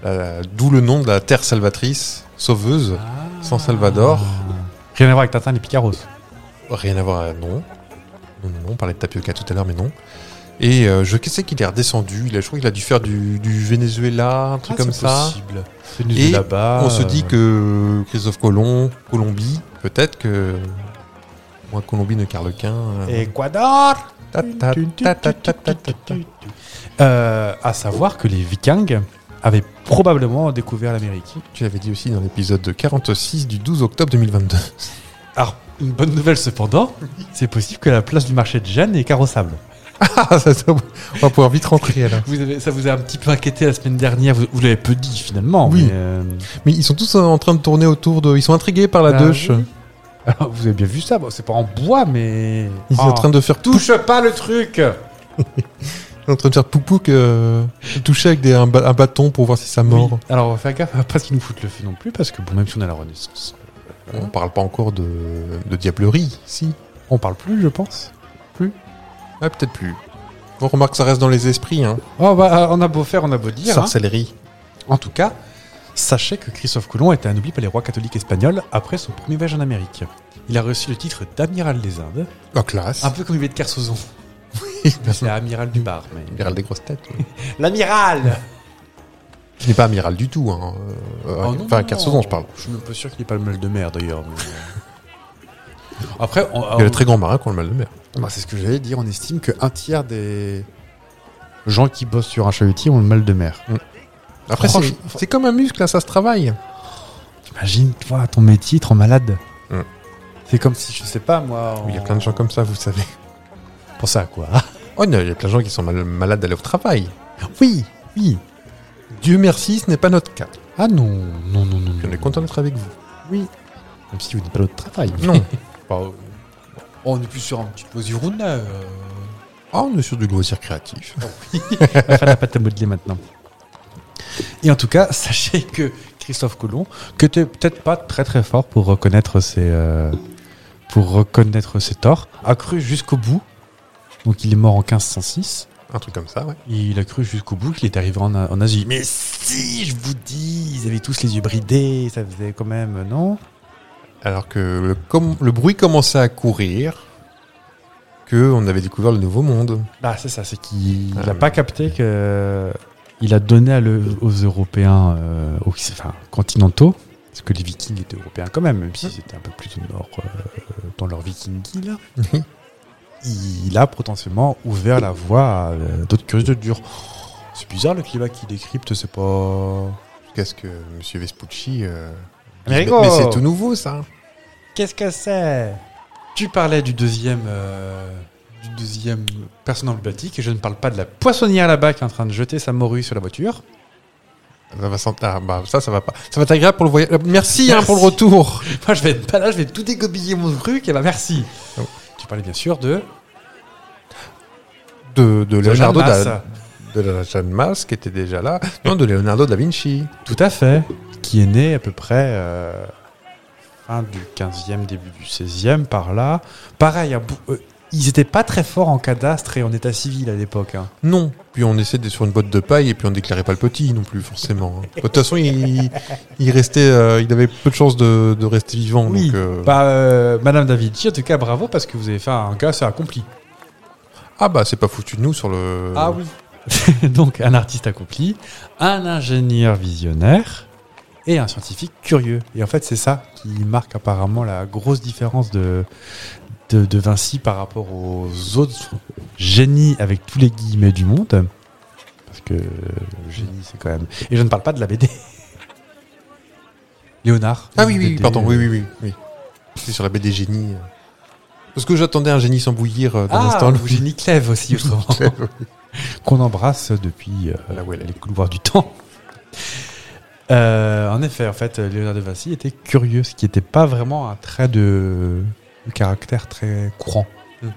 Euh, D'où le nom de la terre salvatrice, sauveuse. San Salvador.
Ah. Rien à voir avec Tintin et les Picaros.
Rien à voir, euh, non. Non, non, non, on parlait de tapioca tout à l'heure, mais non. Et euh, je sais qu'il est redescendu. Il a, je crois qu'il a dû faire du, du Venezuela, un truc comme ça.
Ah, C'est
Et
là-bas. euh.
On se dit que Christophe Colomb, Colombie, peut-être que. Moi, Colombie ne Carlequin. euh,
Ecuador
ta- ta- ta- ta- ta- ta- ta- ta.
Euh, À savoir que les Vikings avaient probablement découvert l'Amérique.
Tu l'avais dit aussi dans l'épisode 46 du 12 octobre 2022.
Alors, une bonne nouvelle cependant, c'est possible que la place du marché de Jeanne est carrossable.
Ah, ça, ça, on va pouvoir vite rentrer alors.
Vous avez- ça vous a un petit peu inquiété la semaine dernière, vous, vous l'avez peu dit finalement.
Oui.
mais, euh,
Mais ils sont tous euh, en train de tourner autour de. Ils sont intrigués par la
Bah
douche.
oui. alors, vous avez bien vu ça, bon, c'est pas en bois, mais.
Ils sont en
Ah,
train de faire touche.
Touche pas le truc
En train de faire poupou que toucher avec des, un, ba- un bâton pour voir si ça mord.
Oui. Alors on va faire gaffe à pas ce qu'ils nous foutent le feu non plus, parce que bon, même si on a la Renaissance,
On parle pas encore de, de diablerie, si.
on parle plus, je pense.
Ah, peut-être plus. On remarque que ça reste dans les esprits, hein.
Oh, bah, euh, on a beau faire, on a beau dire. hein.
Sorcellerie.
En tout cas, sachez que Christophe Colomb était anobli par les rois catholiques espagnols après son premier voyage en Amérique. Il a reçu le titre d'amiral des Indes,
La Ah, classe.
un peu comme il est de Kersauzon. C'est amiral du bar, mais...
Amiral des grosses têtes. oui.
L'amiral
Qui n'est pas amiral du tout, hein. Euh, euh,
Oh non,
Enfin,
non,
Carsozon, je parle.
Je suis même pas sûr qu'il ait pas le mal de mer, d'ailleurs. mais- euh. Après, on-
Il y a
on-
de très grands marins qui ont le mal de mer.
Bah, c'est ce que j'allais dire. On estime qu'un tiers des gens qui bossent sur un chalutier ont le mal de mer.
Mm. Après, c'est-
Franchement,
c'est comme un muscle, hein, ça se travaille.
T'imagines, toi, ton métier, te rend malade.
Mm.
C'est comme si, je sais pas, moi.
Il y a plein de gens comme ça, vous savez.
Pour ça, quoi. Ah,
Oh, non, il y a plein de gens qui sont mal- malades d'aller au travail.
oui, oui.
Dieu merci, ce n'est pas notre cas.
Ah non, non, non, non.
Puis on est content d'être avec vous.
Oui. Même si vous n'êtes pas l'autre travail.
Non.
on est plus sur un petit peu du euh,
Ah, on est sur du loisir créatif.
On va faire la pâte à modeler maintenant. Et en tout cas, sachez que Christophe Colomb, que t'es peut-être pas très très fort pour reconnaître ses, euh, pour reconnaître ses torts, a cru jusqu'au bout. Donc il est mort en 1506.
Un truc comme ça, ouais.
Il a cru jusqu'au bout qu'il est arrivé en, A- en Asie. Mais si, je vous dis, ils avaient tous les yeux bridés, ça faisait quand même, non
Alors que le, com- le bruit commençait à courir, que on avait découvert le Nouveau Monde.
Bah c'est ça, c'est qu'il
Ah,
n'a
mais-
pas capté que Il a donné à le- aux Européens, euh, aux, enfin, continentaux, parce que les Vikings étaient Européens quand même, même s'ils étaient un peu plus au nord euh, dans leur Vikingie là.
Oui.
Il a potentiellement ouvert la voie à euh, d'autres curieux de dur. C'est bizarre le climat qu'il décrypte, c'est pas.
Qu'est-ce que Monsieur Vespucci euh,
Amerigo
Mais c'est tout nouveau, ça.
Qu'est-ce que c'est Tu parlais du deuxième, euh, du deuxième personnage emblématique et je ne parle pas de la poissonnière là-bas qui est en train de jeter sa morue sur la voiture.
Ça, va s'en- ah, bah, ça, ça va pas. Ça va être agréable pour le voyage. Merci, hein,
Merci.
pour le retour.
Moi, je vais être pas là, je vais tout dégobiller mon truc et bah merci.
Oh.
Tu parlais bien sûr de
De, de Leonardo
Jeanne
da,
Mas.
de la Jeanne Mas, qui était déjà là. Non, de Leonardo da Vinci.
Tout à fait. Qui est né à peu près euh, fin du 15e, début du 16e, par là. Pareil, un bou- euh, ils n'étaient pas très forts en cadastre et en état civil à l'époque. hein.
Non. Puis on essayait d'être sur une botte de paille et puis on déclarait pas le petit non plus, forcément. hein. De toute façon, il, il restait, euh, il avait peu de chances de, de rester vivant.
Oui.
donc, euh,
Bah, euh, Madame Davici, en tout cas, bravo parce que vous avez fait un cas assez accompli.
Ah bah, c'est pas foutu de nous sur le.
Ah oui. Donc un artiste accompli, un ingénieur visionnaire et un scientifique curieux. Et en fait, c'est ça qui marque apparemment la grosse différence de, de, de Vinci par rapport aux autres génies avec tous les guillemets du monde. Parce que le génie, c'est quand même... Et je ne parle pas de la BD. Léonard.
Ah oui, oui,
BD,
pardon, oui, oui, oui. oui. C'est sur la BD Génie. Parce que j'attendais un génie sans bouillir euh, dans
Ah,
l'instant.
le génie Clèves aussi, autrement. Qu'on embrasse depuis euh,
Là où elle est.
les couloirs du temps. Euh, en effet, en fait, Léonard de Vinci était curieux, ce qui n'était pas vraiment un trait de, de caractère très courant.
Hmm.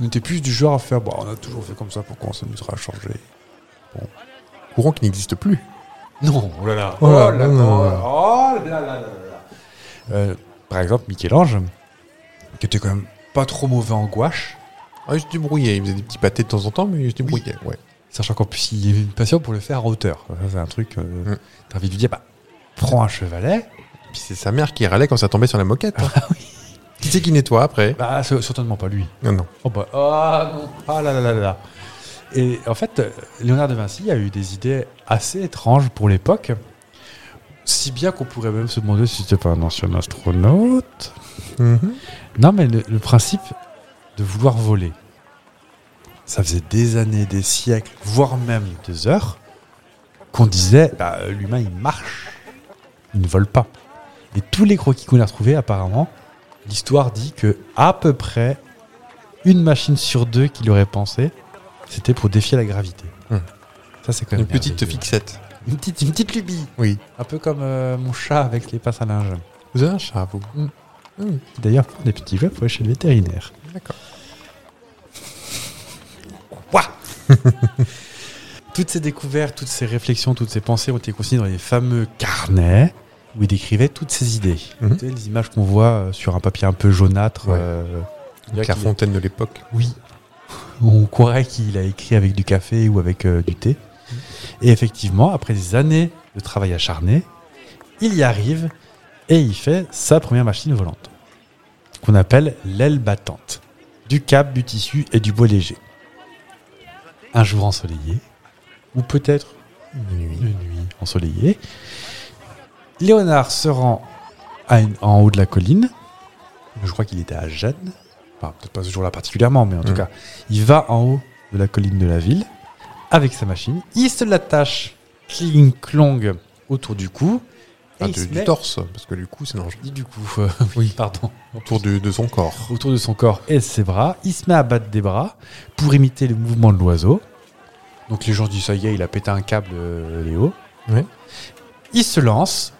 On était plus du genre à faire, bon, on a toujours fait comme ça, pourquoi on s'amusera à changer
Courant qui n'existe plus.
Non, oh là là,
Oh là là, non.
oh là là là là là. Euh, Par exemple, Michel-Ange, qui était quand même pas trop mauvais en gouache,
Ah, il se débrouillait. Il faisait des petits pâtés de temps en temps, mais il se débrouillait. Ouais.
Sachant qu'en plus, il y avait une passion pour le faire en hauteur. Ça, c'est un truc. euh,
Mm.
T'as envie de lui dire, bah, prends un chevalet.
Puis c'est sa mère qui râlait quand ça tombait sur la moquette. hein.
Ah
Qui c'est qui nettoie après
Bah, c'est- certainement pas lui.
Non, non.
Oh, bah, ah non. Ah là là là là là. Et en fait, euh, Léonard de Vinci a eu des idées assez étranges pour l'époque. Si bien qu'on pourrait même se demander si c'était pas un ancien astronaute.
Mhm.
Non, mais le, le principe de vouloir voler, ça faisait des années, des siècles, voire même des heures, qu'on disait bah, euh, l'humain il marche, il ne vole pas. Et tous les croquis qu'on a retrouvés, apparemment, l'histoire dit que à peu près une machine sur deux qui l'aurait pensé, c'était pour défier la gravité.
Hmm.
Ça, c'est quand même
Une petite
merveilleux.
fixette.
Une petite, une petite lubie.
Oui.
Un peu comme euh, mon chat avec les passes à linge.
Vous avez un chat, vous
Qui, D'ailleurs, pour des petits jeux, faut aller chez le vétérinaire.
Mm. D'accord.
Ouah toutes ces découvertes, toutes ces réflexions, toutes ces pensées ont été consignées dans les fameux carnets où il décrivait toutes ces idées.
Mhm.
Tu sais, les images qu'on voit euh, sur un papier un peu jaunâtre.
Ouais.
euh, on dirait
Avec la
qu'il-
fontaine de l'époque.
oui. On croirait qu'il a écrit avec du café ou avec euh, du thé.
Mm.
Et effectivement, après des années de travail acharné, il y arrive et il fait sa première machine volante, qu'on appelle l'aile battante, du câble, du tissu et du bois léger. Un jour ensoleillé, ou peut-être une nuit, ensoleillée, Léonard se rend à une- en haut de la colline. Je crois qu'il était à Gênes. Enfin, peut-être pas ce jour-là particulièrement, mais en tout
Mm.
cas, il va en haut de la colline de la ville avec sa machine. Il se l'attache cling-clong autour du cou. et
Enfin,
il
du,
se
Ah, du
met-
torse, parce que du coup, c'est dangereux.
Dis du coup, euh, oui, pardon.
Autour du- de son corps.
Autour de son corps et de ses bras, il se met à battre des bras pour imiter le mouvement de l'oiseau. Donc les gens disent ça y est, il a pété un câble, euh, Léo.
Ouais.
Il se lance.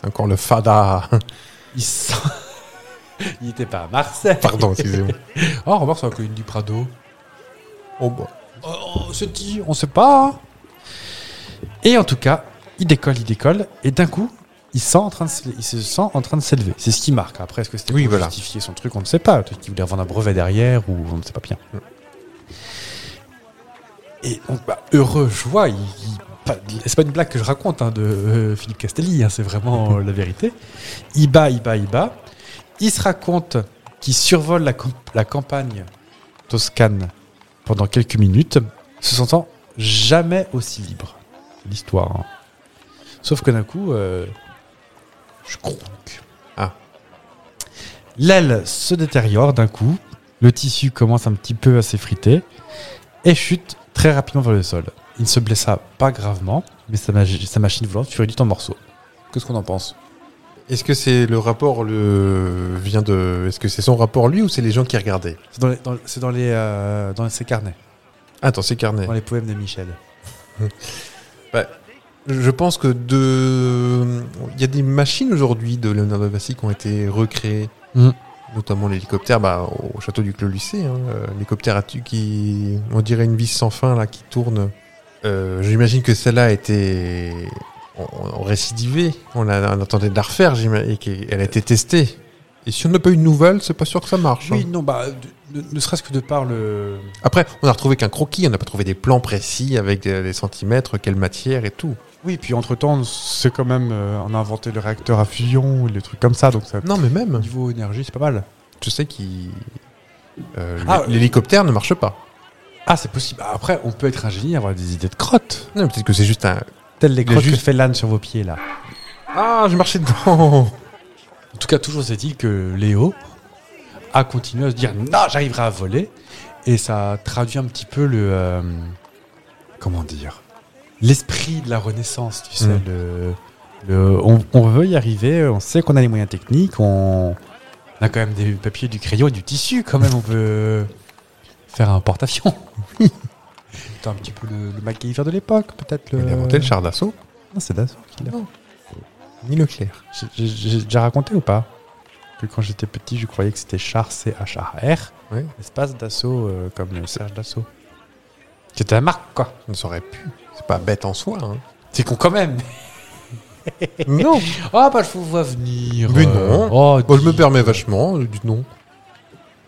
C'est encore le fada.
Il s- il était pas à Marseille.
Pardon, excusez-moi.
Oh, remarque, c'est la colline du Prado.
Oh, bah.
On se dit, on sait pas. hein. Et en tout cas, il décolle, il décolle, et d'un coup, il, sent en train de se, il se sent en train de s'élever. C'est ce qui marque. Après, est-ce que c'était
Oui,
pour
voilà.
justifier son truc On ne sait pas. Peut-être qu'il voulait vendre un brevet derrière, ou on ne sait pas bien.
Mm.
Et donc, bah, heureux, joie. Il, il- pas- c'est pas une blague que je raconte hein, de euh, Philippe Castelli, hein, c'est vraiment euh, la vérité. Il bat, il bat, il bat. Il se raconte qu'il survole la, camp- la campagne toscane pendant quelques minutes, se sentant jamais aussi libre. L'histoire. hein. Sauf que d'un coup, euh, je croque.
Ah.
L'aile se détériore d'un coup. Le tissu commence un petit peu à s'effriter et chute très rapidement vers le sol. Il ne se blessa pas gravement, mais sa, magi- sa machine volante fut réduite en morceaux. Qu'est-ce qu'on en pense
Est-ce que c'est le rapport le vient de Est-ce que c'est son rapport lui ou c'est les gens qui regardaient
C'est dans, les- dans- c'est dans les, euh, dans ses carnets,
Attends, c'est carnet.
dans les poèmes de Michel.
Je pense que de il y a des machines aujourd'hui de Léonard de Vinci qui ont été recréées,
Mhm.
notamment l'hélicoptère bah, au château du Clos Lucé, hein, euh, l'hélicoptère à tu- qui on dirait une vis sans fin là qui tourne. Euh, j'imagine que celle-là a été on, on récidivée, on, l'a- on attendait de la refaire j'ima- et qu'elle a été testée. Et si on n'a pas eu de nouvelles, c'est pas sûr que ça marche. hein.
Oui, non, bah, ne, ne serait-ce que de par le.
Après, on a retrouvé qu'un croquis, on n'a pas trouvé des plans précis avec des, des centimètres, quelle matière et tout.
Oui, puis entre-temps, c'est quand même. euh, on a inventé le réacteur à fusion, les trucs comme ça, donc ça.
Non, mais même,
Niveau énergie, c'est pas mal.
je sais qu'il. euh, l'hé-
Ah,
L'hélicoptère ne marche pas.
Ah, c'est possible. Bah, Après, on peut être un génie, avoir des idées de crottes.
Non, mais peut-être que c'est juste un.
Telles les crottes
juste-
que fait l'âne sur vos pieds, là.
Ah, je marchais dedans
En tout cas, toujours est-il que Léo a continué à se dire non, j'arriverai à voler. Et ça traduit un petit peu le. euh, comment dire L'esprit de la Renaissance, tu sais.
Mm.
Le, le- on, on veut y arriver, on sait qu'on a les moyens techniques, on, on a quand même des papiers, du crayon et du tissu quand même, on peut faire un porte-avions. C'est un petit peu le, le MacGyver de l'époque, peut-être.
Il a inventé le char d'assaut,
Non, c'est Dassault qui l'a.
ni Leclerc.
J'ai- J'ai j'ai déjà raconté ou pas Que quand j'étais petit, je croyais que c'était char C-H-A-R,
Oui.
espace d'assaut euh, comme le Serge d'assaut. C'était la marque, quoi.
On ne saurait plus. C'est pas bête en soi. Hein.
C'est con quand même.
non
Ah bah je vous vois venir.
Mais
euh.
non.
Oh,
Bon, je
dis- Bah,
me permets vachement, du non.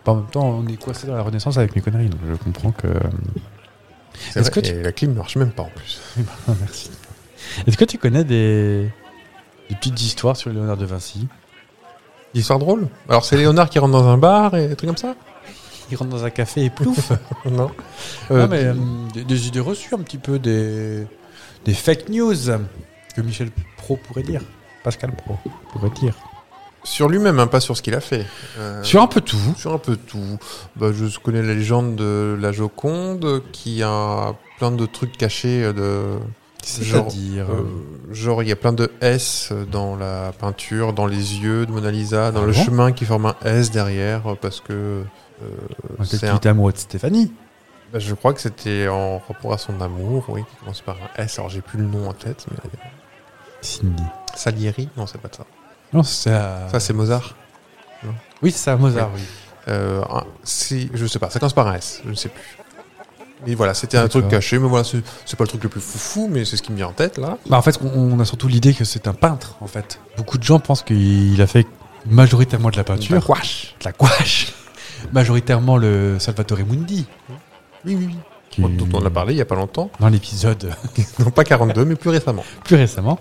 En même temps, on est coincé dans la Renaissance avec mes conneries, donc je comprends que.
C'est
Est-ce
vrai,
que tu-
Et la clim ne marche même pas en plus.
Merci. Est-ce que tu connais des... des petites histoires sur Léonard de Vinci
Histoire drôle Alors, c'est Léonard qui rentre dans un bar et des trucs comme ça
Il rentre dans un café et plouf
Non.
Non,
Euh,
mais euh, des, des idées reçues, un petit peu des, des fake news que Michel Pro pourrait dire. Pascal Pro pourrait dire.
Sur lui-même, hein, pas sur ce qu'il a fait. Euh,
Sur un peu tout.
Sur un peu tout. Bah, je connais la légende de la Joconde qui a plein de trucs cachés. euh, De... Genre,
C'est-à-dire.
euh, genre, il y a plein de S dans la peinture, dans les yeux de Mona Lisa, dans
Ah
le
bon
chemin qui forme un S derrière euh, parce que. euh,
Peut-être
c'est
qu'il
un-
était amoureux de Stéphanie.
bah, je crois que c'était en rapport à son amour, oui, qui commence par un S. Alors j'ai plus le nom en tête, mais. euh,
Cindy.
Salieri Non, c'est pas de ça.
Non, c'est à...
Ça, c'est Mozart.
Oui, c'est à Mozart, oui.
Euh, un- si, je sais pas, ça commence par un S, je ne sais plus. Mais voilà, c'était un
D'accord.
truc caché, mais voilà, c'est c'est pas le truc le plus foufou, mais c'est ce qui me vient en tête là.
Bah, en fait, on- on a surtout l'idée que c'est un peintre, en fait. Beaucoup de gens pensent qu'il a fait majoritairement de la peinture.
La gouache.
De la gouache. majoritairement le Salvatore Mundi.
Oui, oui, oui.
qui-
Dont on a parlé il y a pas longtemps.
Dans l'épisode
Non, pas 42, mais plus récemment.
plus récemment.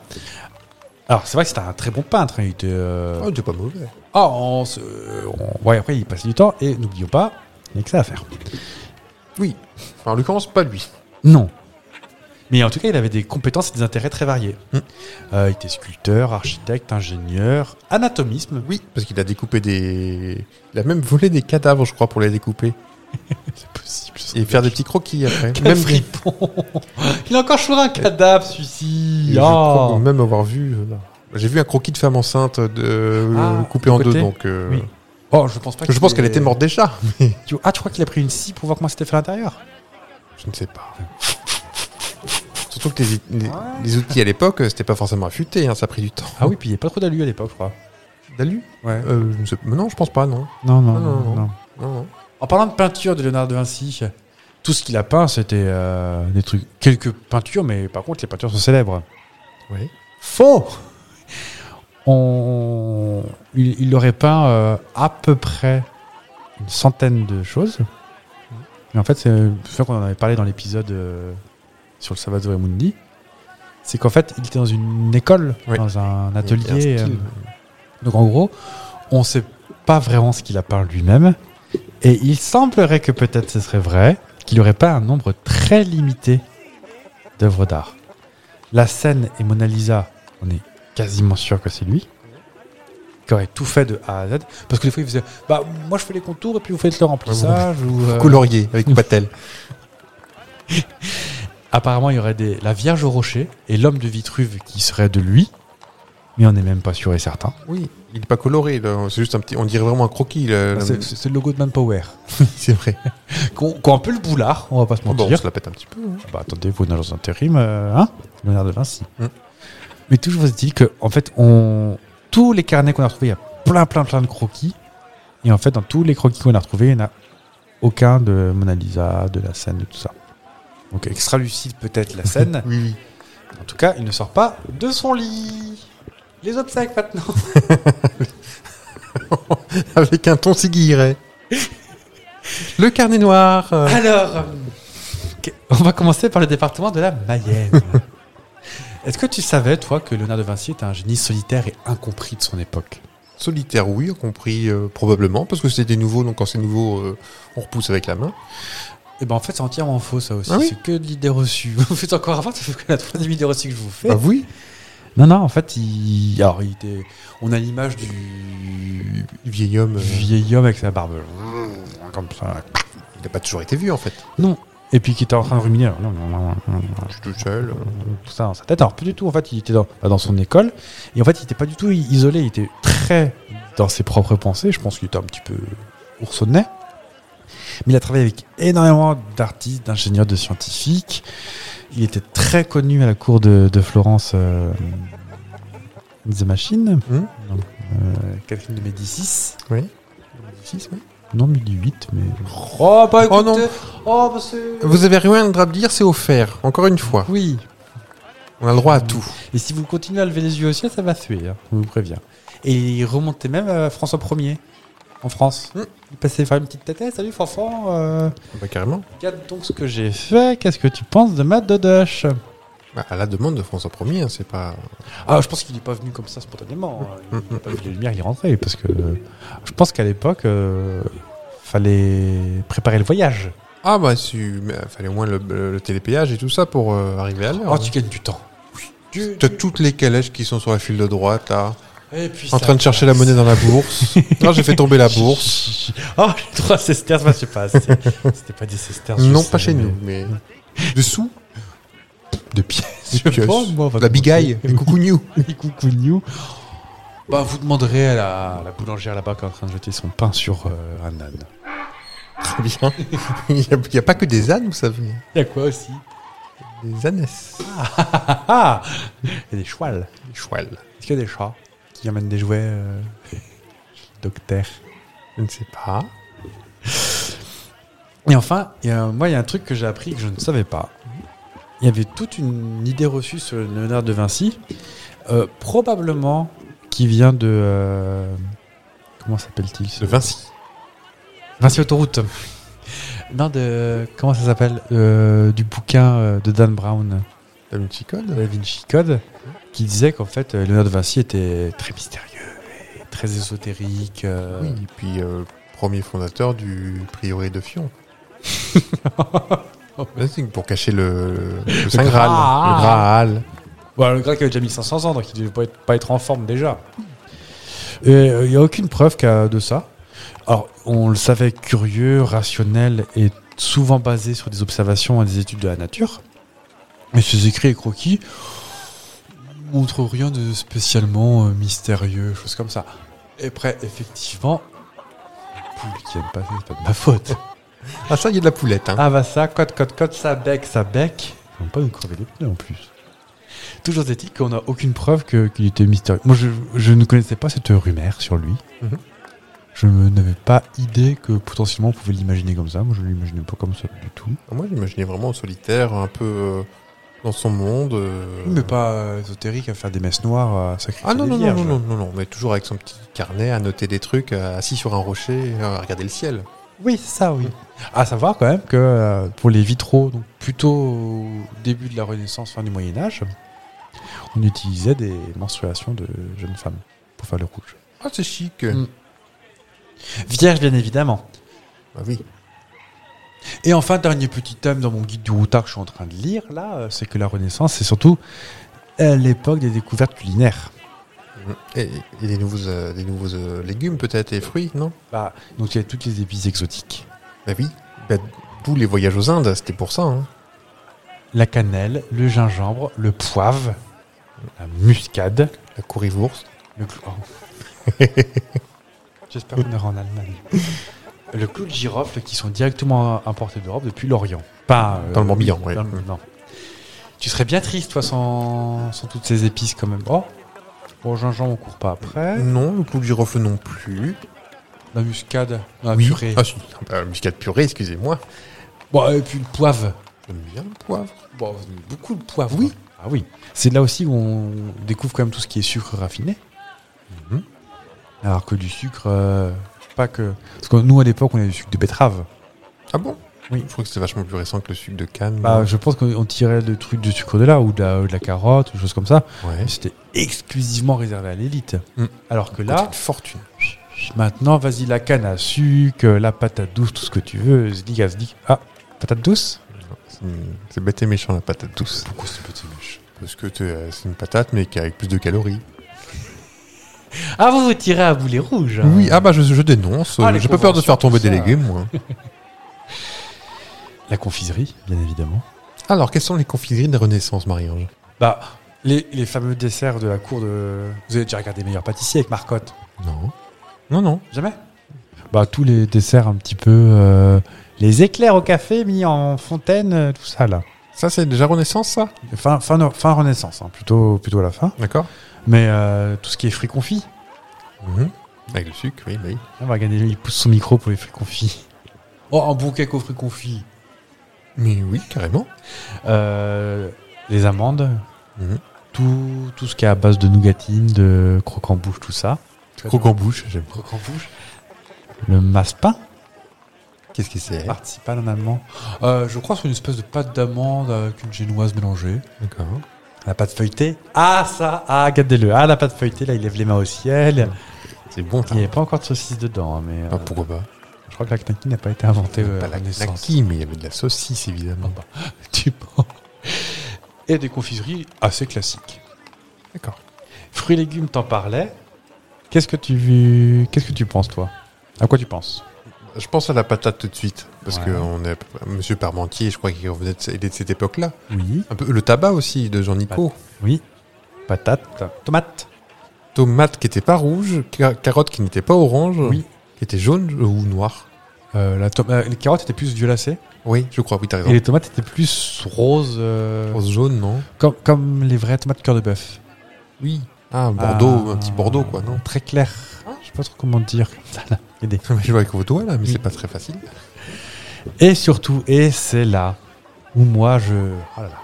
Alors, c'est vrai que c'était un très bon peintre. hein, Il était. euh,
Oh, c'est pas mauvais.
Ah, on se. on- Ouais, après, il passait du temps et n'oublions pas, il n'y a que ça à faire.
Oui. En l'occurrence, pas lui.
Non. Mais en tout cas, il avait des compétences et des intérêts très variés.
Hmm.
Euh, il était sculpteur, architecte, ingénieur, anatomisme.
Oui, parce qu'il a découpé des. Il a même volé des cadavres, je crois, pour les découper.
C'est possible.
Et faire des petits croquis après.
Même
des-
fripon Il a encore choisi un cadavre, celui-ci.
Je
Ah.
crois même avoir vu. euh, là. J'ai vu un croquis de femme enceinte de... euh,
Ah,
coupé en deux,
côté.
donc. euh,
Oui. Oh, je pense pas
Je
qu'il
pense qu'elle
ait-
était morte déjà.
Tu- Ah, tu crois qu'il a pris une scie pour voir comment c'était fait à l'intérieur
Je ne sais pas. Surtout que les, les- les outils à l'époque, euh, c'était pas forcément affûté, hein, ça a pris du temps.
Ah oui, puis il n'y avait pas trop d'allus à l'époque, je crois.
D'alu
Ouais.
euh, je ne sais- mais Non, je pense pas, non.
non,
Ah, non,
non, non.
non.
non.
Non, non.
En parlant de peinture de Léonard de Vinci, tout ce qu'il a peint, c'était euh, des trucs, quelques peintures, mais par contre, les peintures sont célèbres.
Oui.
Faux On... il, il aurait peint euh, à peu près une centaine de choses. Mais en fait, c'est je crois qu'on en avait parlé dans l'épisode euh, sur le Salvatore Mundi. C'est qu'en fait, il était dans une école,
Oui.
dans un
Il y
atelier.
a un
euh,
style.
donc en gros, on ne sait pas vraiment ce qu'il a peint lui-même. Et il semblerait que peut-être ce serait vrai qu'il aurait pas un nombre très limité d'œuvres d'art. La scène et Mona Lisa, on est quasiment sûr que c'est lui, qui aurait tout fait de A à Z. Parce que des fois, il faisait Bah, moi je fais les contours et puis vous faites le remplissage. ou, euh,
Colorier avec Patel.
Apparemment, il y aurait des, la Vierge au rocher et l'homme de Vitruve qui serait de lui, mais on n'est même pas sûr et certain.
Oui, il n'est pas coloré. là. C'est juste un petit. On dirait vraiment un croquis. le- le-
Ah, C'est c'est le logo de Manpower.
C'est vrai.
Qu'on qu'on a un peu le boulard, on va pas se
Bon,
mentir.
on se la pète un petit peu. hein.
Bah, attendez, vous une agence intérim, euh, hein Léonard de Vinci.
Mm.
Mais toujours dit que, en fait, on... tous les carnets qu'on a retrouvés, il y a plein, plein, plein de croquis. Et en fait, dans tous les croquis qu'on a retrouvés, il n'y en a aucun de Mona Lisa, de la scène, de tout ça. Donc, extra lucide peut-être la scène.
Oui, oui.
en tout cas, il ne sort pas de son lit. Les obsèques maintenant.
Avec un ton guilleret. le carnet noir. euh,
Alors, euh, que- on va commencer par le département de la Mayenne. Est-ce que tu savais, toi, que Léonard de Vinci était un génie solitaire et incompris de son époque
Solitaire, oui, y compris euh, probablement, parce que c'était nouveau, donc quand c'est nouveau, euh, on repousse avec la main.
Eh ben en fait, c'est entièrement faux, ça aussi.
Ah oui
c'est que de l'idée reçue. Vous faites encore avant, ça fait que la troisième idée reçue que je vous fais.
Ah oui
Non, non, en fait, il... Alors, il était... on a l'image du
Vieil homme, euh,
vieil homme avec sa barbe. Comme ça.
il n'a pas toujours été vu en fait.
Non. Et puis qui était en train de ruminer. Non, non, non, non, non.
Je suis tout seul. euh.
tout ça dans sa tête. Alors, plus du tout, en fait, il était dans, bah, dans son école. Et en fait, il était pas du tout i- isolé. Il était très dans ses propres pensées. Je pense qu'il était un petit peu oursonnet. Mais il a travaillé avec énormément d'artistes, d'ingénieurs, de scientifiques. Il était très connu à la cour de, de Florence euh, The Machine.
Hum.
Donc, euh, Catherine de Médicis.
Oui.
Non, Midi 8, mais. Oh, bah
écoutez,
Oh, monsieur
Vous avez rien à dire, c'est offert. Encore une fois,
Oui,
on a le droit à tout.
Et si vous continuez à lever les yeux au ciel, ça va suer, hein, on vous prévient. Et il remontait même à François 1er, en France.
Mm.
Il passait faire une petite tête, Eh, salut Fanfan, euh,
Bah, carrément.
regarde donc ce que j'ai fait, qu'est-ce que tu penses de ma dodoche
Bah, à la demande de François 1er, hein, c'est pas.
Ah, je pense qu'il n'est pas venu comme ça spontanément. hein. Il n'a pas vu les lumières, il est rentré, parce que euh, je pense qu'à l'époque, euh, fallait préparer le voyage.
Ah bah, si, mais, euh, fallait au moins le, le- le télépéage et tout ça pour euh, arriver à l'heure.
Oh,
hein.
tu gagnes du temps. Tu-
T'as toutes les calèches qui sont sur la file de droite, là,
Et puis
en
ça-
train de chercher la monnaie dans la bourse. Là, j'ai fait tomber la bourse.
Oh, j'ai trois sesterces, moi, je sais pas. assez. C'était pas des sesterces. je
Non,
sais,
pas chez
mais-
nous, mais. Dessous
De pièces.
Des
je
pièces.
pense, moi, on va
La bigaille,
commencer.
les coucougnou.
Les coucougnou. Bah, vous demanderez à la, à la boulangère là-bas qui est en train de jeter son pain sur euh, un âne.
Très bien. Il n'y a, pas que des ânes, vous savez.
Il y a quoi aussi
Des ânesses.
Ah ah Il y a des chouals.
Des chouals.
Est-ce qu'il y a des chats qui amènent des jouets euh, Docteur.
Je ne sais pas.
Et enfin, il y a- moi, il y a un truc que j'ai appris que je ne savais pas. Il y avait toute une idée reçue sur Léonard de Vinci, euh, probablement qui vient de. euh, comment s'appelle-t-il ce-
De Vinci.
Vinci Autoroute. Non, de. Comment ça s'appelle Euh, Du bouquin euh, de Dan Brown,
Da Vinci Code.
Da Vinci Code, qui disait qu'en fait, euh, Léonard de Vinci était très mystérieux et très ésotérique. euh,
Oui, et puis euh, premier fondateur du prieuré de Fion. Là, c'est pour cacher le, le Saint Graal, le Graal.
Bon, le grec avait déjà 1500 ans, donc il devait pas être, pas être en forme déjà. Et euh, il n'y a aucune preuve qu'à- de ça. Alors, on le savait curieux, rationnel et souvent basé sur des observations et des études de la nature. Mais ses écrits et croquis montrent rien de spécialement euh, mystérieux, choses comme ça. Et après, effectivement, poule qui aime pas, c'est pas de ma faute.
Ah ça, il y a de la poulette. Hein.
Ah bah ça, cote, cote, cote, ça bec, ça bec. On pas nous crever les pneus en plus. Toujours est-il qu'on n'a aucune preuve que- qu'il était mystérieux. Moi, je, je ne connaissais pas cette rumeur sur lui.
Mhm.
Je ne- n'avais pas idée que potentiellement on pouvait l'imaginer comme ça. Moi, je ne l'imaginais pas comme ça du tout.
Moi, j'imaginais vraiment solitaire, un peu euh, dans son monde. euh.
Mais pas euh, ésotérique à faire des messes noires, à sacrifier
Ah non
des
non, non
vierges.
non non non non, mais toujours avec son petit carnet à noter des trucs, euh, assis sur un rocher, euh, à regarder le ciel.
Oui, c'est ça, oui. À savoir quand même que euh, pour les vitraux, donc plutôt au début de la Renaissance, fin du Moyen Âge, on utilisait des menstruations de jeunes femmes pour faire le rouge.
Ah c'est chic. Bah
Mm. Vierge, bien évidemment.
Ah oui.
Et enfin, dernier petit thème dans mon guide du routard que je suis en train de lire, là, euh, c'est que la Renaissance, c'est surtout euh, l'époque des découvertes culinaires.
Mm. Et, et des nouveaux, euh, des nouveaux euh, légumes peut-être et fruits, non
Bah, donc il y a toutes les épices exotiques.
Bah oui. Bah, D'où les voyages aux Indes, c'était pour ça. hein.
La cannelle, le gingembre, le poivre, la muscade,
La courrivourse.
le clou... oh. J'espère qu'on aura en Allemagne. Le clou de girofle qui sont directement importés d'Europe depuis l'Orient. Pas euh,
Dans le Morbihan, ouais.
dans le- non. Tu serais bien triste, toi, sans, sans toutes ces épices quand même. Oh, bon, gingembre, on court pas après.
Non, le clou de girofle non plus.
La muscade, la
oui.
purée.
Ah, si. Bah, muscade purée, excusez-moi.
Bon, et puis le poivre.
J'aime bien le poivre.
Bon, beaucoup de poivre. Oui. Ah oui. C'est là aussi où on découvre quand même tout ce qui est sucre raffiné.
Mhm.
Alors que du sucre, euh, pas que. Parce que nous, à l'époque, on avait du sucre de betterave.
Ah bon
Oui.
Je trouve que c'était vachement plus récent que le sucre de canne.
Bah, je pense qu'on tirait le truc du sucre de là ou de la, ou de la carotte ou choses comme ça.
ouais.
Mais C'était exclusivement réservé à l'élite.
Mm.
Alors que
Coûte
là,
une fortune.
maintenant, vas-y, la canne à sucre, la patate douce, tout ce que tu veux. Zdig, à zdig. Ah, patate douce
C'est une- C'est bête et méchant la patate douce.
Pourquoi c'est petit mèche
Parce que t'es- euh, c'est une patate mais qui a avec plus de calories.
Ah, vous vous tirez à boulet rouge. hein.
Oui, ah bah je, je dénonce.
Ah,
Euh,
les
J'ai pas peur de
conventions,
faire tomber
tout
des
ça.
légumes, moi.
La confiserie, bien évidemment.
Alors, quelles sont les confiseries de Renaissance, Marie-Ange
Bah, les, les fameux desserts de la cour de. Vous avez déjà regardé Meilleur Pâtissier avec Marcotte
Non. Non, non.
Jamais Bah, tous les desserts un petit peu. euh, les éclairs au café mis en fontaine, euh, tout ça là.
Ça, c'est déjà Renaissance, ça
Fin, fin, no- fin Renaissance, hein, plutôt, plutôt à la fin.
D'accord
Mais euh, tout ce qui est fruits confits.
Mhm. Avec le sucre, oui, oui.
Ah, bah, regardez, il pousse son micro pour les fruits confits. Oh, un bon cake aux fruits confits.
Mais oui, carrément.
Euh, les amandes.
Mhm.
Tout, tout ce qui est à base de nougatine, de croque en bouche, tout ça.
Croque en bouche, j'aime.
Croque en bouche. Le massepain.
Qu'est-ce que c'est
Participal en allemand Euh, Je crois sur une espèce de pâte d'amande avec une génoise mélangée.
D'accord.
La pâte feuilletée Ah, ça Ah, regardez-le. Ah, la pâte feuilletée, là, il lève les mains au ciel.
C'est bon,
Il
ça.
n'y avait pas encore de saucisse dedans, hein, mais euh,
Ah, pourquoi Ah. pas
je crois que la knacki n'a pas été inventée euh,
Pas la
à naissance.
knacky, mais il y avait de la saucisse, évidemment.
Tu penses Et des confiseries assez classiques.
D'accord.
Fruits et légumes, t'en parlais. Qu'est-ce que tu Qu'est-ce que tu penses, toi À quoi tu penses
Je pense à la patate tout de suite, parce
Ouais.
que on est Monsieur Parmentier, je crois qu'il revenait de, ce- il est de cette époque-là.
Oui.
Un peu le tabac aussi de Jean Nico.
Oui. Patate. Tomate.
Tomate qui n'était pas rouge, ca- carotte qui n'était pas orange,
Oui.
qui était jaune euh, ou noire.
Euh, la tom- euh, les carottes étaient plus violacées.
Oui, je crois, oui, t'as
Et
raison.
les tomates étaient plus roses, euh,
Rose jaune, non
comme, comme les vraies tomates cœur de bœuf.
Oui. Ah, Bordeaux,
Ah,
un petit Bordeaux, quoi, non
Très clair. Je sais pas trop comment dire. comme ça, là. Aidez.
Je vois avec vos doigts, là, mais
Oui.
c'est pas très facile.
Et surtout, et c'est là où moi je. Oh là là.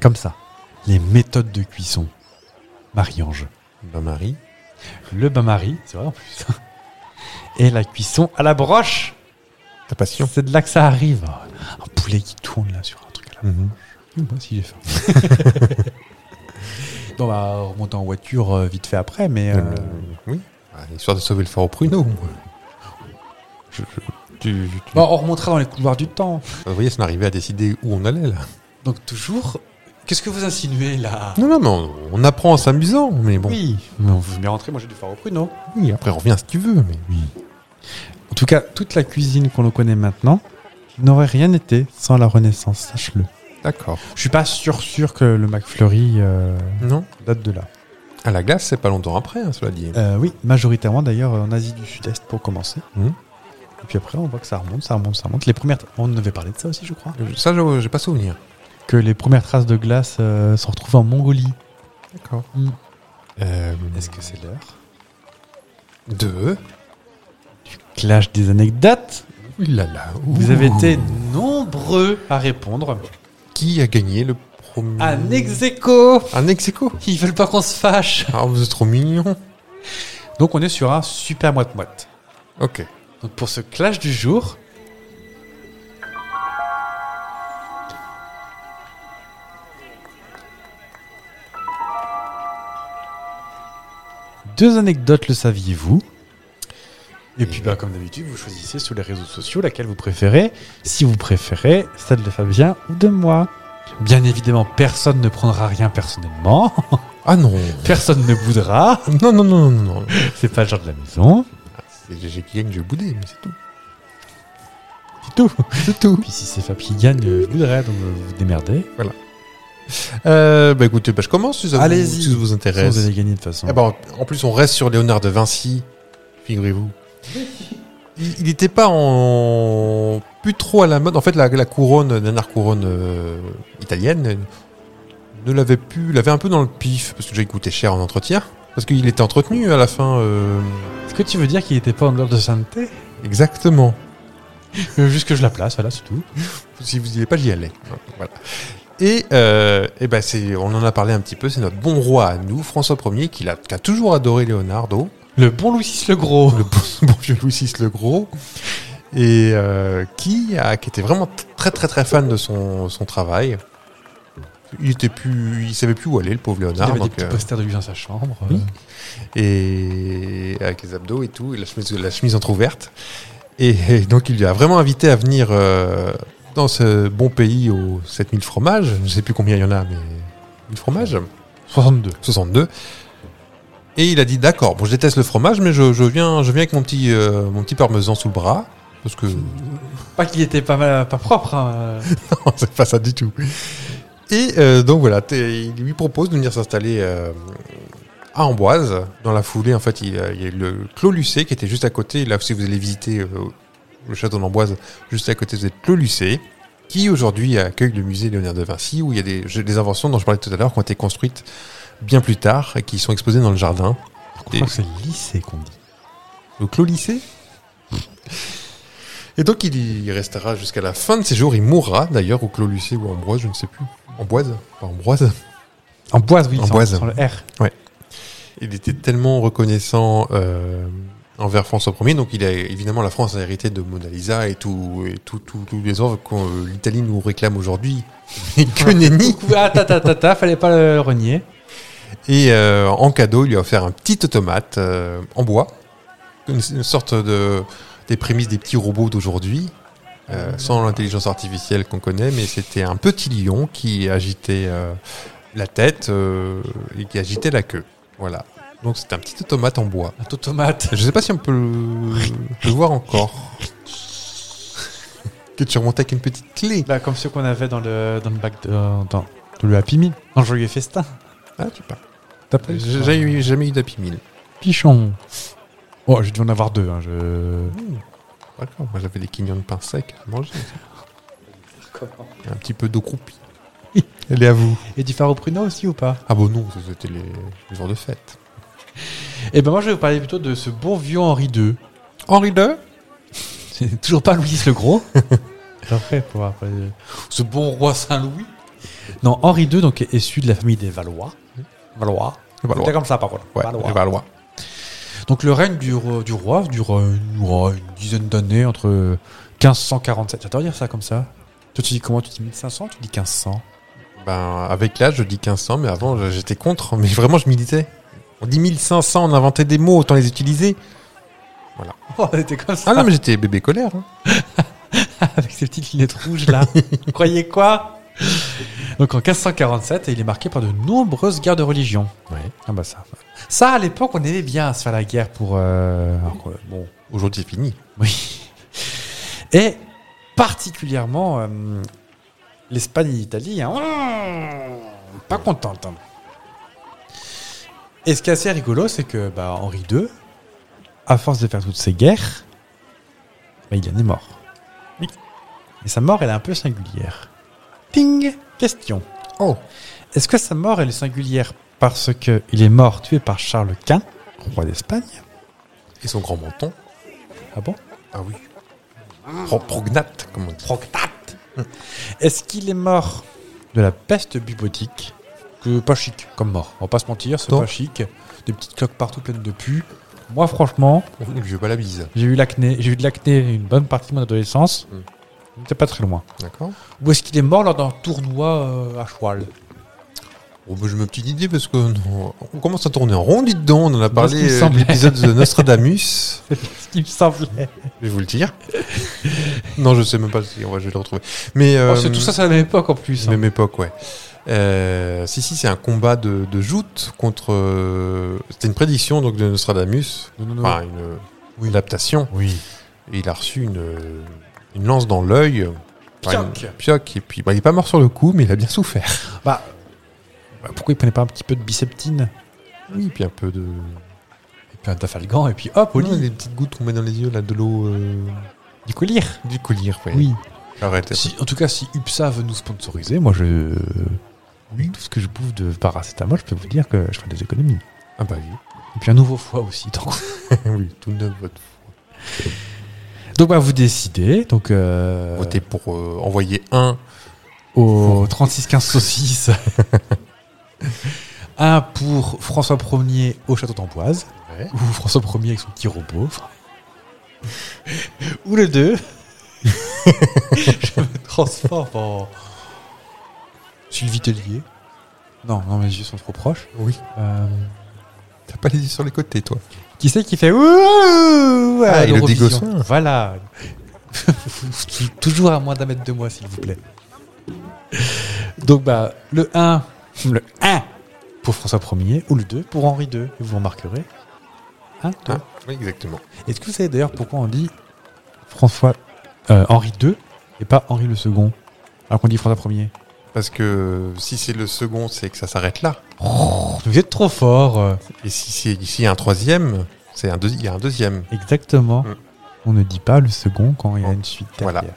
Comme ça. Les méthodes de cuisson. Marie-Ange.
Bah, Marie.
Le bain-marie, c'est vrai en plus. Et la cuisson à la broche.
Ta passion.
C'est de là que ça arrive. Un poulet qui tourne là sur un truc à la Moi aussi j'ai faim. bah, On va remonter en voiture euh, vite fait après, mais euh,
Oui. Ah, histoire de sauver le fort au pruneau. moi. Je- je- tu, tu-
bon, on remontera dans les couloirs du temps.
Vous voyez, ça m'arrivait à décider où on allait, là.
Donc toujours, qu'est-ce que vous insinuez là
Non, non, mais on, on apprend en s'amusant, mais bon.
Oui, mais on vous met rentrer, moi j'ai du phare au pruneau.
Oui, après, on revient si tu veux, mais oui.
En tout cas, toute la cuisine qu'on le connaît maintenant n'aurait rien été sans la Renaissance, sache-le.
D'accord.
Je suis pas sûr sûr que le McFlurry euh,
Non
date de là.
À la glace, c'est pas longtemps après, hein, cela dit.
Euh, oui, majoritairement d'ailleurs en Asie du Sud-Est pour commencer.
Mhm.
Et puis après, on voit que ça remonte, ça remonte, ça remonte. Les premières, on avait parlé de ça aussi, je crois.
Ça, je- j'ai pas souvenir.
que les premières traces de glace euh, sont retrouvées en Mongolie.
D'accord.
Mm.
Euh,
Est-ce que c'est l'heure
deux.
Clash des anecdotes
Ouh là là.
Vous
ouh.
avez été nombreux à répondre.
Qui a gagné le premier
Un ex aequo
Un ex aequo
Ils veulent pas qu'on se fâche
Ah, vous êtes trop mignon.
Donc on est sur un super moite-moite.
Ok.
Donc pour ce clash du jour... Deux anecdotes, le saviez-vous Et puis, bah, comme d'habitude, vous choisissez sur les réseaux sociaux laquelle vous préférez, si vous préférez celle de Fabien ou de moi. Bien évidemment, personne ne prendra rien personnellement,
Ah non.
personne ne boudera,
Non, non, non, non, non. non.
c'est pas le genre de la maison,
C'est GG qui gagne, je vais bouder, mais c'est tout.
c'est tout.
C'est tout.
Puis si c'est Fab qui gagne, euh, je voudrais, donc vous vous démerdez.
Euh, bah écoutez, bah, je commence si ça, vous-
Allez-y.
si ça vous
Ça,
intéresse.
Vous allez gagner de toute façon.
Eh ben, en plus, on reste sur Léonard de Vinci, figurez-vous. Il n'était pas en... plus trop à la mode. En fait, la, la couronne, la dernière couronne euh, italienne, ne l'avait plus, l'avait un peu dans le pif, parce que j'ai coûté cher en entretien. Parce qu'il était entretenu à la fin. euh,
Est-ce que tu veux dire qu'il était pas en dehors de sainteté
Exactement.
Euh, Juste que je la place, voilà, c'est tout.
Si vous n'y allez pas, j'y allais. Voilà. Et, euh, eh ben c'est, on en a parlé un petit peu, c'est notre bon roi à nous, François Ier, qui a, qui a toujours adoré Leonardo.
Le bon Louis VI le Gros.
le bon, bon vieux Louis VI le Gros, et euh, qui, a, qui était vraiment t- très très très fan de son, son travail. Il était plus, il savait plus où aller, le pauvre
Il
Léonard.
avait des
donc,
petits
euh,
posters de lui dans sa chambre. euh,
Oui. et avec les abdos et tout, et la chemise, la chemise entrouverte. Et, et donc il lui a vraiment invité à venir euh, dans ce bon pays aux 7000 fromages. Je ne sais plus combien il y en a, mais 1000 fromages.
62.
62. Et il a dit d'accord, bon je déteste le fromage, mais je, je viens, je viens avec mon petit, euh, mon petit parmesan sous le bras. Parce que
Pas qu'il était pas mal, pas propre. hein.
non, c'est pas ça du tout. Et euh, donc voilà, t'es- il lui propose de venir s'installer euh, à Amboise. Dans la foulée, en fait, il, euh, il y a le Clos Lucé qui était juste à côté. Là, si vous allez visiter euh, le château d'Amboise, juste à côté, vous êtes Clos Lucé, qui aujourd'hui accueille le musée Léonard de Vinci, où il y a des, jeux- des inventions dont je parlais tout à l'heure qui ont été construites bien plus tard et qui sont exposées dans le jardin.
Je crois que c'est le lycée qu'on dit.
Le Clos Lycée Et donc il y restera jusqu'à la fin de ses jours. Il mourra d'ailleurs au Clos Lycée ou à Ambroise, je ne sais plus. Amboise Pas Ambroise.
En boise, oui.
En
sans-
boise.
Sans le R.
Il était tellement reconnaissant euh, envers François Ier. Donc il a, évidemment, la France a hérité de Mona Lisa et tous et tout, tout- tous les œuvres que euh, l'Italie nous réclame aujourd'hui. Et que nenni
Ah, ta, ta, ta, ta, fallait pas le renier.
Et euh, en cadeau, il lui a offert un petit automate euh, en bois, une, une sorte de des prémices des petits robots d'aujourd'hui, euh, sans l'intelligence artificielle qu'on connaît, mais c'était un petit lion qui agitait euh, la tête euh, et qui agitait la queue. Voilà. Donc c'est un petit automate en bois.
Un tomate.
Je sais pas si on peut le, le voir encore. que tu remontes avec une petite clé.
Bah, comme ceux qu'on avait dans le, dans le bac de, dans, dans le Happy Meal. Dans le Joyeux Festin.
Ah, tu parles.
T'as pas
J'ai jamais eu- jamais eu d'Happy Meal.
pichon. Oh, j'ai dû en avoir deux. hein, je...
D'accord, moi j'avais des quignons de pain sec à manger. Un petit peu d'eau croupie. Elle est à vous.
Et du phare au pruneau aussi ou pas
Ah bon non, ça, c'était les, les jours de fête.
Eh ben moi, je vais vous parler plutôt de ce bon vieux Henri II.
Henri II
C'est toujours pas Louis le Gros. Après, pour avoir parlé de- ce bon roi Saint-Louis. Non, Henri II, donc, est issu de la famille des Valois. Valois.
Valois.
C'était comme ça, par contre.
Ouais,
Valois.
les Valois.
Donc le règne du, roi- du roi dure euh, une, ouais, une dizaine d'années, entre 1547. J'adore dire ça comme ça. Toi, tu dis comment Tu dis 1500 Tu dis 1500
Ben, avec l'âge, je dis 1500, mais avant je- j'étais contre, mais vraiment je militais. On dit 1500, on inventait des mots, autant les utiliser.
Oh, c'était comme ça.
Ah non, mais j'étais bébé colère. hein.
avec ces petites lunettes rouges là. Croyez quoi Donc en 1547, il est marqué par de nombreuses guerres de religion. Ah bah ça. Ça à l'époque, on aimait bien se faire la guerre pour. euh, alors
Oh,
que, bon,
Aujourd'hui c'est fini.
oui. Et particulièrement euh, l'Espagne et l'Italie, hein. pas contente. hein. Et ce qui est assez rigolo, c'est que bah, Henri II, à force de faire toutes ces guerres, bah, il en est mort. Oui. Et sa mort, elle est un peu singulière. Ting Question.
Oh.
Est-ce que sa mort, elle est singulière parce qu'il est mort tué par Charles Quint, roi d'Espagne
Et son grand menton.
Ah bon
Ah oui. Pro- prognate, comme on dit.
Proctate. Est-ce qu'il est mort de la peste bubotique Que pas chic comme mort. On va pas se mentir, c'est
Non.
pas chic. Des petites cloques partout pleines de pu. Moi, franchement,
Je veux pas la bise.
j'ai eu l'acné. J'ai eu de l'acné une bonne partie de mon adolescence.
Mm.
C'était pas très loin.
D'accord
Ou est-ce qu'il est mort lors d'un tournoi euh, à cheval
Oh, bah, je me petite idée parce qu'on on commence à tourner en rond, dites donc. On en a
Moi, ce qui
parlé
me
euh, de
semblait.
l'épisode de Nostradamus.
Ce qui me semblait.
Je vais vous le dire. non, je sais même pas si on va, je vais le retrouver. Mais
Oh,
euh,
c'est- tout ça, c'est à la même époque en plus. hein.
même époque, ouais. Euh, si si, c'est un combat de, de joute contre. euh, C'était une prédiction donc de Nostradamus,
Non, non, non.
enfin une, une adaptation.
oui.
Et il a reçu une, une lance dans l'œil. Enfin, une-
Pioque.
pioque, Et puis, bah, il est pas mort sur le coup, mais il a bien souffert.
Bah, bah, pourquoi il prenait pas un petit peu de biceptine
Oui, et puis un peu de.
Et puis un tafalgan, et puis hop, au
Non,
lit.
les petites gouttes qu'on met dans les yeux là de l'eau euh,
Du collier.
du collier. ouais.
Oui.
Arrête.
Si, en tout cas, si UPSA veut nous sponsoriser, moi je. Oui. Tout ce que je bouffe de paracétamol, je peux vous dire que je ferai des économies.
Ah bah oui.
Et puis un nouveau foie aussi. Donc,
oui, tout neuf votre
donc bah, vous décidez. Donc, euh,
Votez pour euh, envoyer un
au 36-15 saucisse. un pour François 1er au château d'Amboise.
Ouais.
Ou François 1er avec son petit robot. Enfin, ou le deux. je me transforme en. Sylvie Tellier. Non, non, mes yeux sont trop proches.
Oui.
Euh,
T'as pas les yeux sur les côtés, toi.
Qui c'est qui fait ouh à
Ah, et le
l'Eurovision
dégossin.
Voilà. Toujours à moins d'un mètre de moi, s'il vous plaît. Donc, bah, le 1, le 1 pour François 1er, ou le 2 pour Henri II, et vous remarquerez. Hein, toi
oui, exactement.
Est-ce que vous savez d'ailleurs pourquoi on dit François euh, Henri II et pas Henri le second alors qu'on dit François 1er
Parce que euh, si c'est le second, c'est que ça s'arrête là.
Oh, Vous êtes trop fort euh.
Et si c'est ici un troisième, c'est un deuxi- il y a un deuxième.
Exactement.
Mm.
On ne dit pas le second quand il y a une suite derrière. Ah,
Voilà.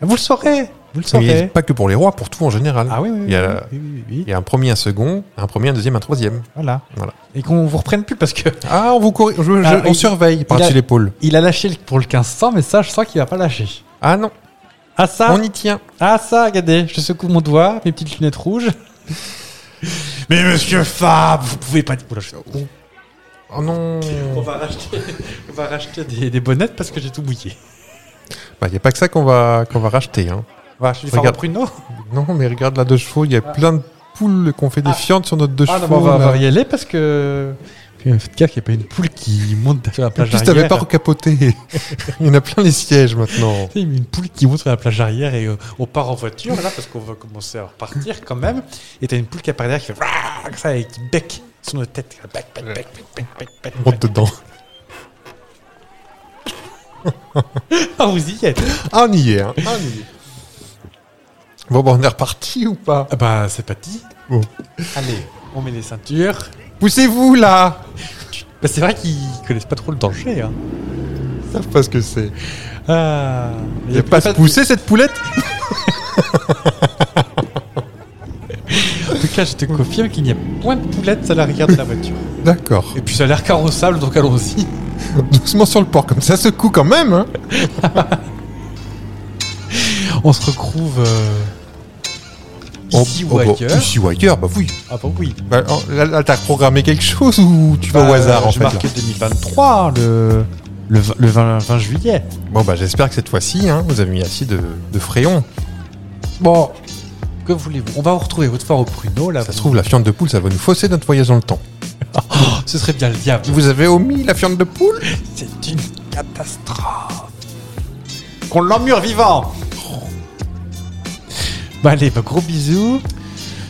Vous le saurez Vous le
Mais
saurez
pas que pour les rois, pour tout en général.
Ah oui, oui, oui.
Il y a-
oui, oui, oui, oui.
Il y a un premier, un second, un premier, un deuxième, un troisième.
Voilà.
Voilà.
Et qu'on vous reprenne plus parce que
Ah, on vous corri- je- je-
Ah,
on
il-
surveille
il
par-dessus
a-
l'épaule.
il a lâché le- pour le 1500, mais ça, je sens qu'il va pas lâcher.
Ah non,
Ah ça
on y tient.
Ah ça, regardez, je secoue mon doigt, mes petites lunettes rouges. mais monsieur Fab, vous pouvez pas... Oula, je-
Oh non.
On
Bah,
va racheter, on va racheter des, des bonnettes parce que j'ai tout mouillé.
Il n'y Bah, a pas que ça qu'on va, qu'on va racheter. hein.
On va racheter des
Regarde.
formes pruneaux.
Non, mais regarde la deux chevaux, il y a plein de poules qu'on fait des
Ah.
fientes sur notre deux
Ah non,
chevaux.
mais on va, on
là.
va y aller parce que... Puis, euh, faites gaffe qu'il n'y a pas une poule qui monte sur la
En
plage
plus,
arrière.
t'avais pas recapoté. il y en a plein les sièges maintenant.
Tu sais, une poule qui monte sur la plage arrière et euh, on part en voiture là parce qu'on va commencer à repartir quand même. Et t'as une poule qui apparaît derrière qui fait Wah comme ça et qui bec sur nos têtes. Bec, bec, bec, bec, bec, bec, bec,
Monte dedans.
bec. Ah, vous y êtes
Ah, on y est, hein. Ah, on y est. Bon, bah, on est reparti ou pas
Ah bah c'est pas dit.
Bon.
Allez, on met les ceintures.
Poussez-vous là
Bah, c'est vrai qu'ils connaissent pas trop le danger. Hein.
Ils savent pas ce que c'est.
Ah,
Il y a pas à se pousser cette poulette
En tout cas, je te confirme qu'il n'y a point de poulettes à l'arrière de la voiture.
D'accord.
Et puis ça a l'air carrossable donc allons-y.
Doucement sur le port, comme ça secoue quand même, hein.
On se retrouve euh, ici ou
bah,
ailleurs.
ici ou ailleurs, bah oui.
Ah bah oui.
Bah, en- là, là, t'as programmé quelque chose ou tu vas
Bah,
au hasard en
je
fait
marque
là
2023, le, le, v- le 20, 20 juillet.
Bon, bah, j'espère que cette fois-ci, hein, vous avez mis assis de, de fréon.
Bon, que voulez-vous On va retrouver votre foire au pruneau, là.
Ça se trouve, la fiente de poule, ça va nous fausser notre voyage dans le temps.
Oh, ce serait bien le diable.
Vous avez omis la fiente de poule
C'est une catastrophe. Qu'on l'emmure vivant Bah allez, bah, gros bisous.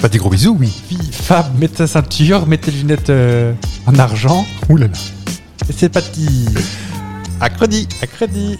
Bah, des gros bisous, oui.
Puis Fab, mets ta ceinture, mets tes lunettes euh, en argent.
Ouh là là.
Et c'est parti
À crédit
À crédit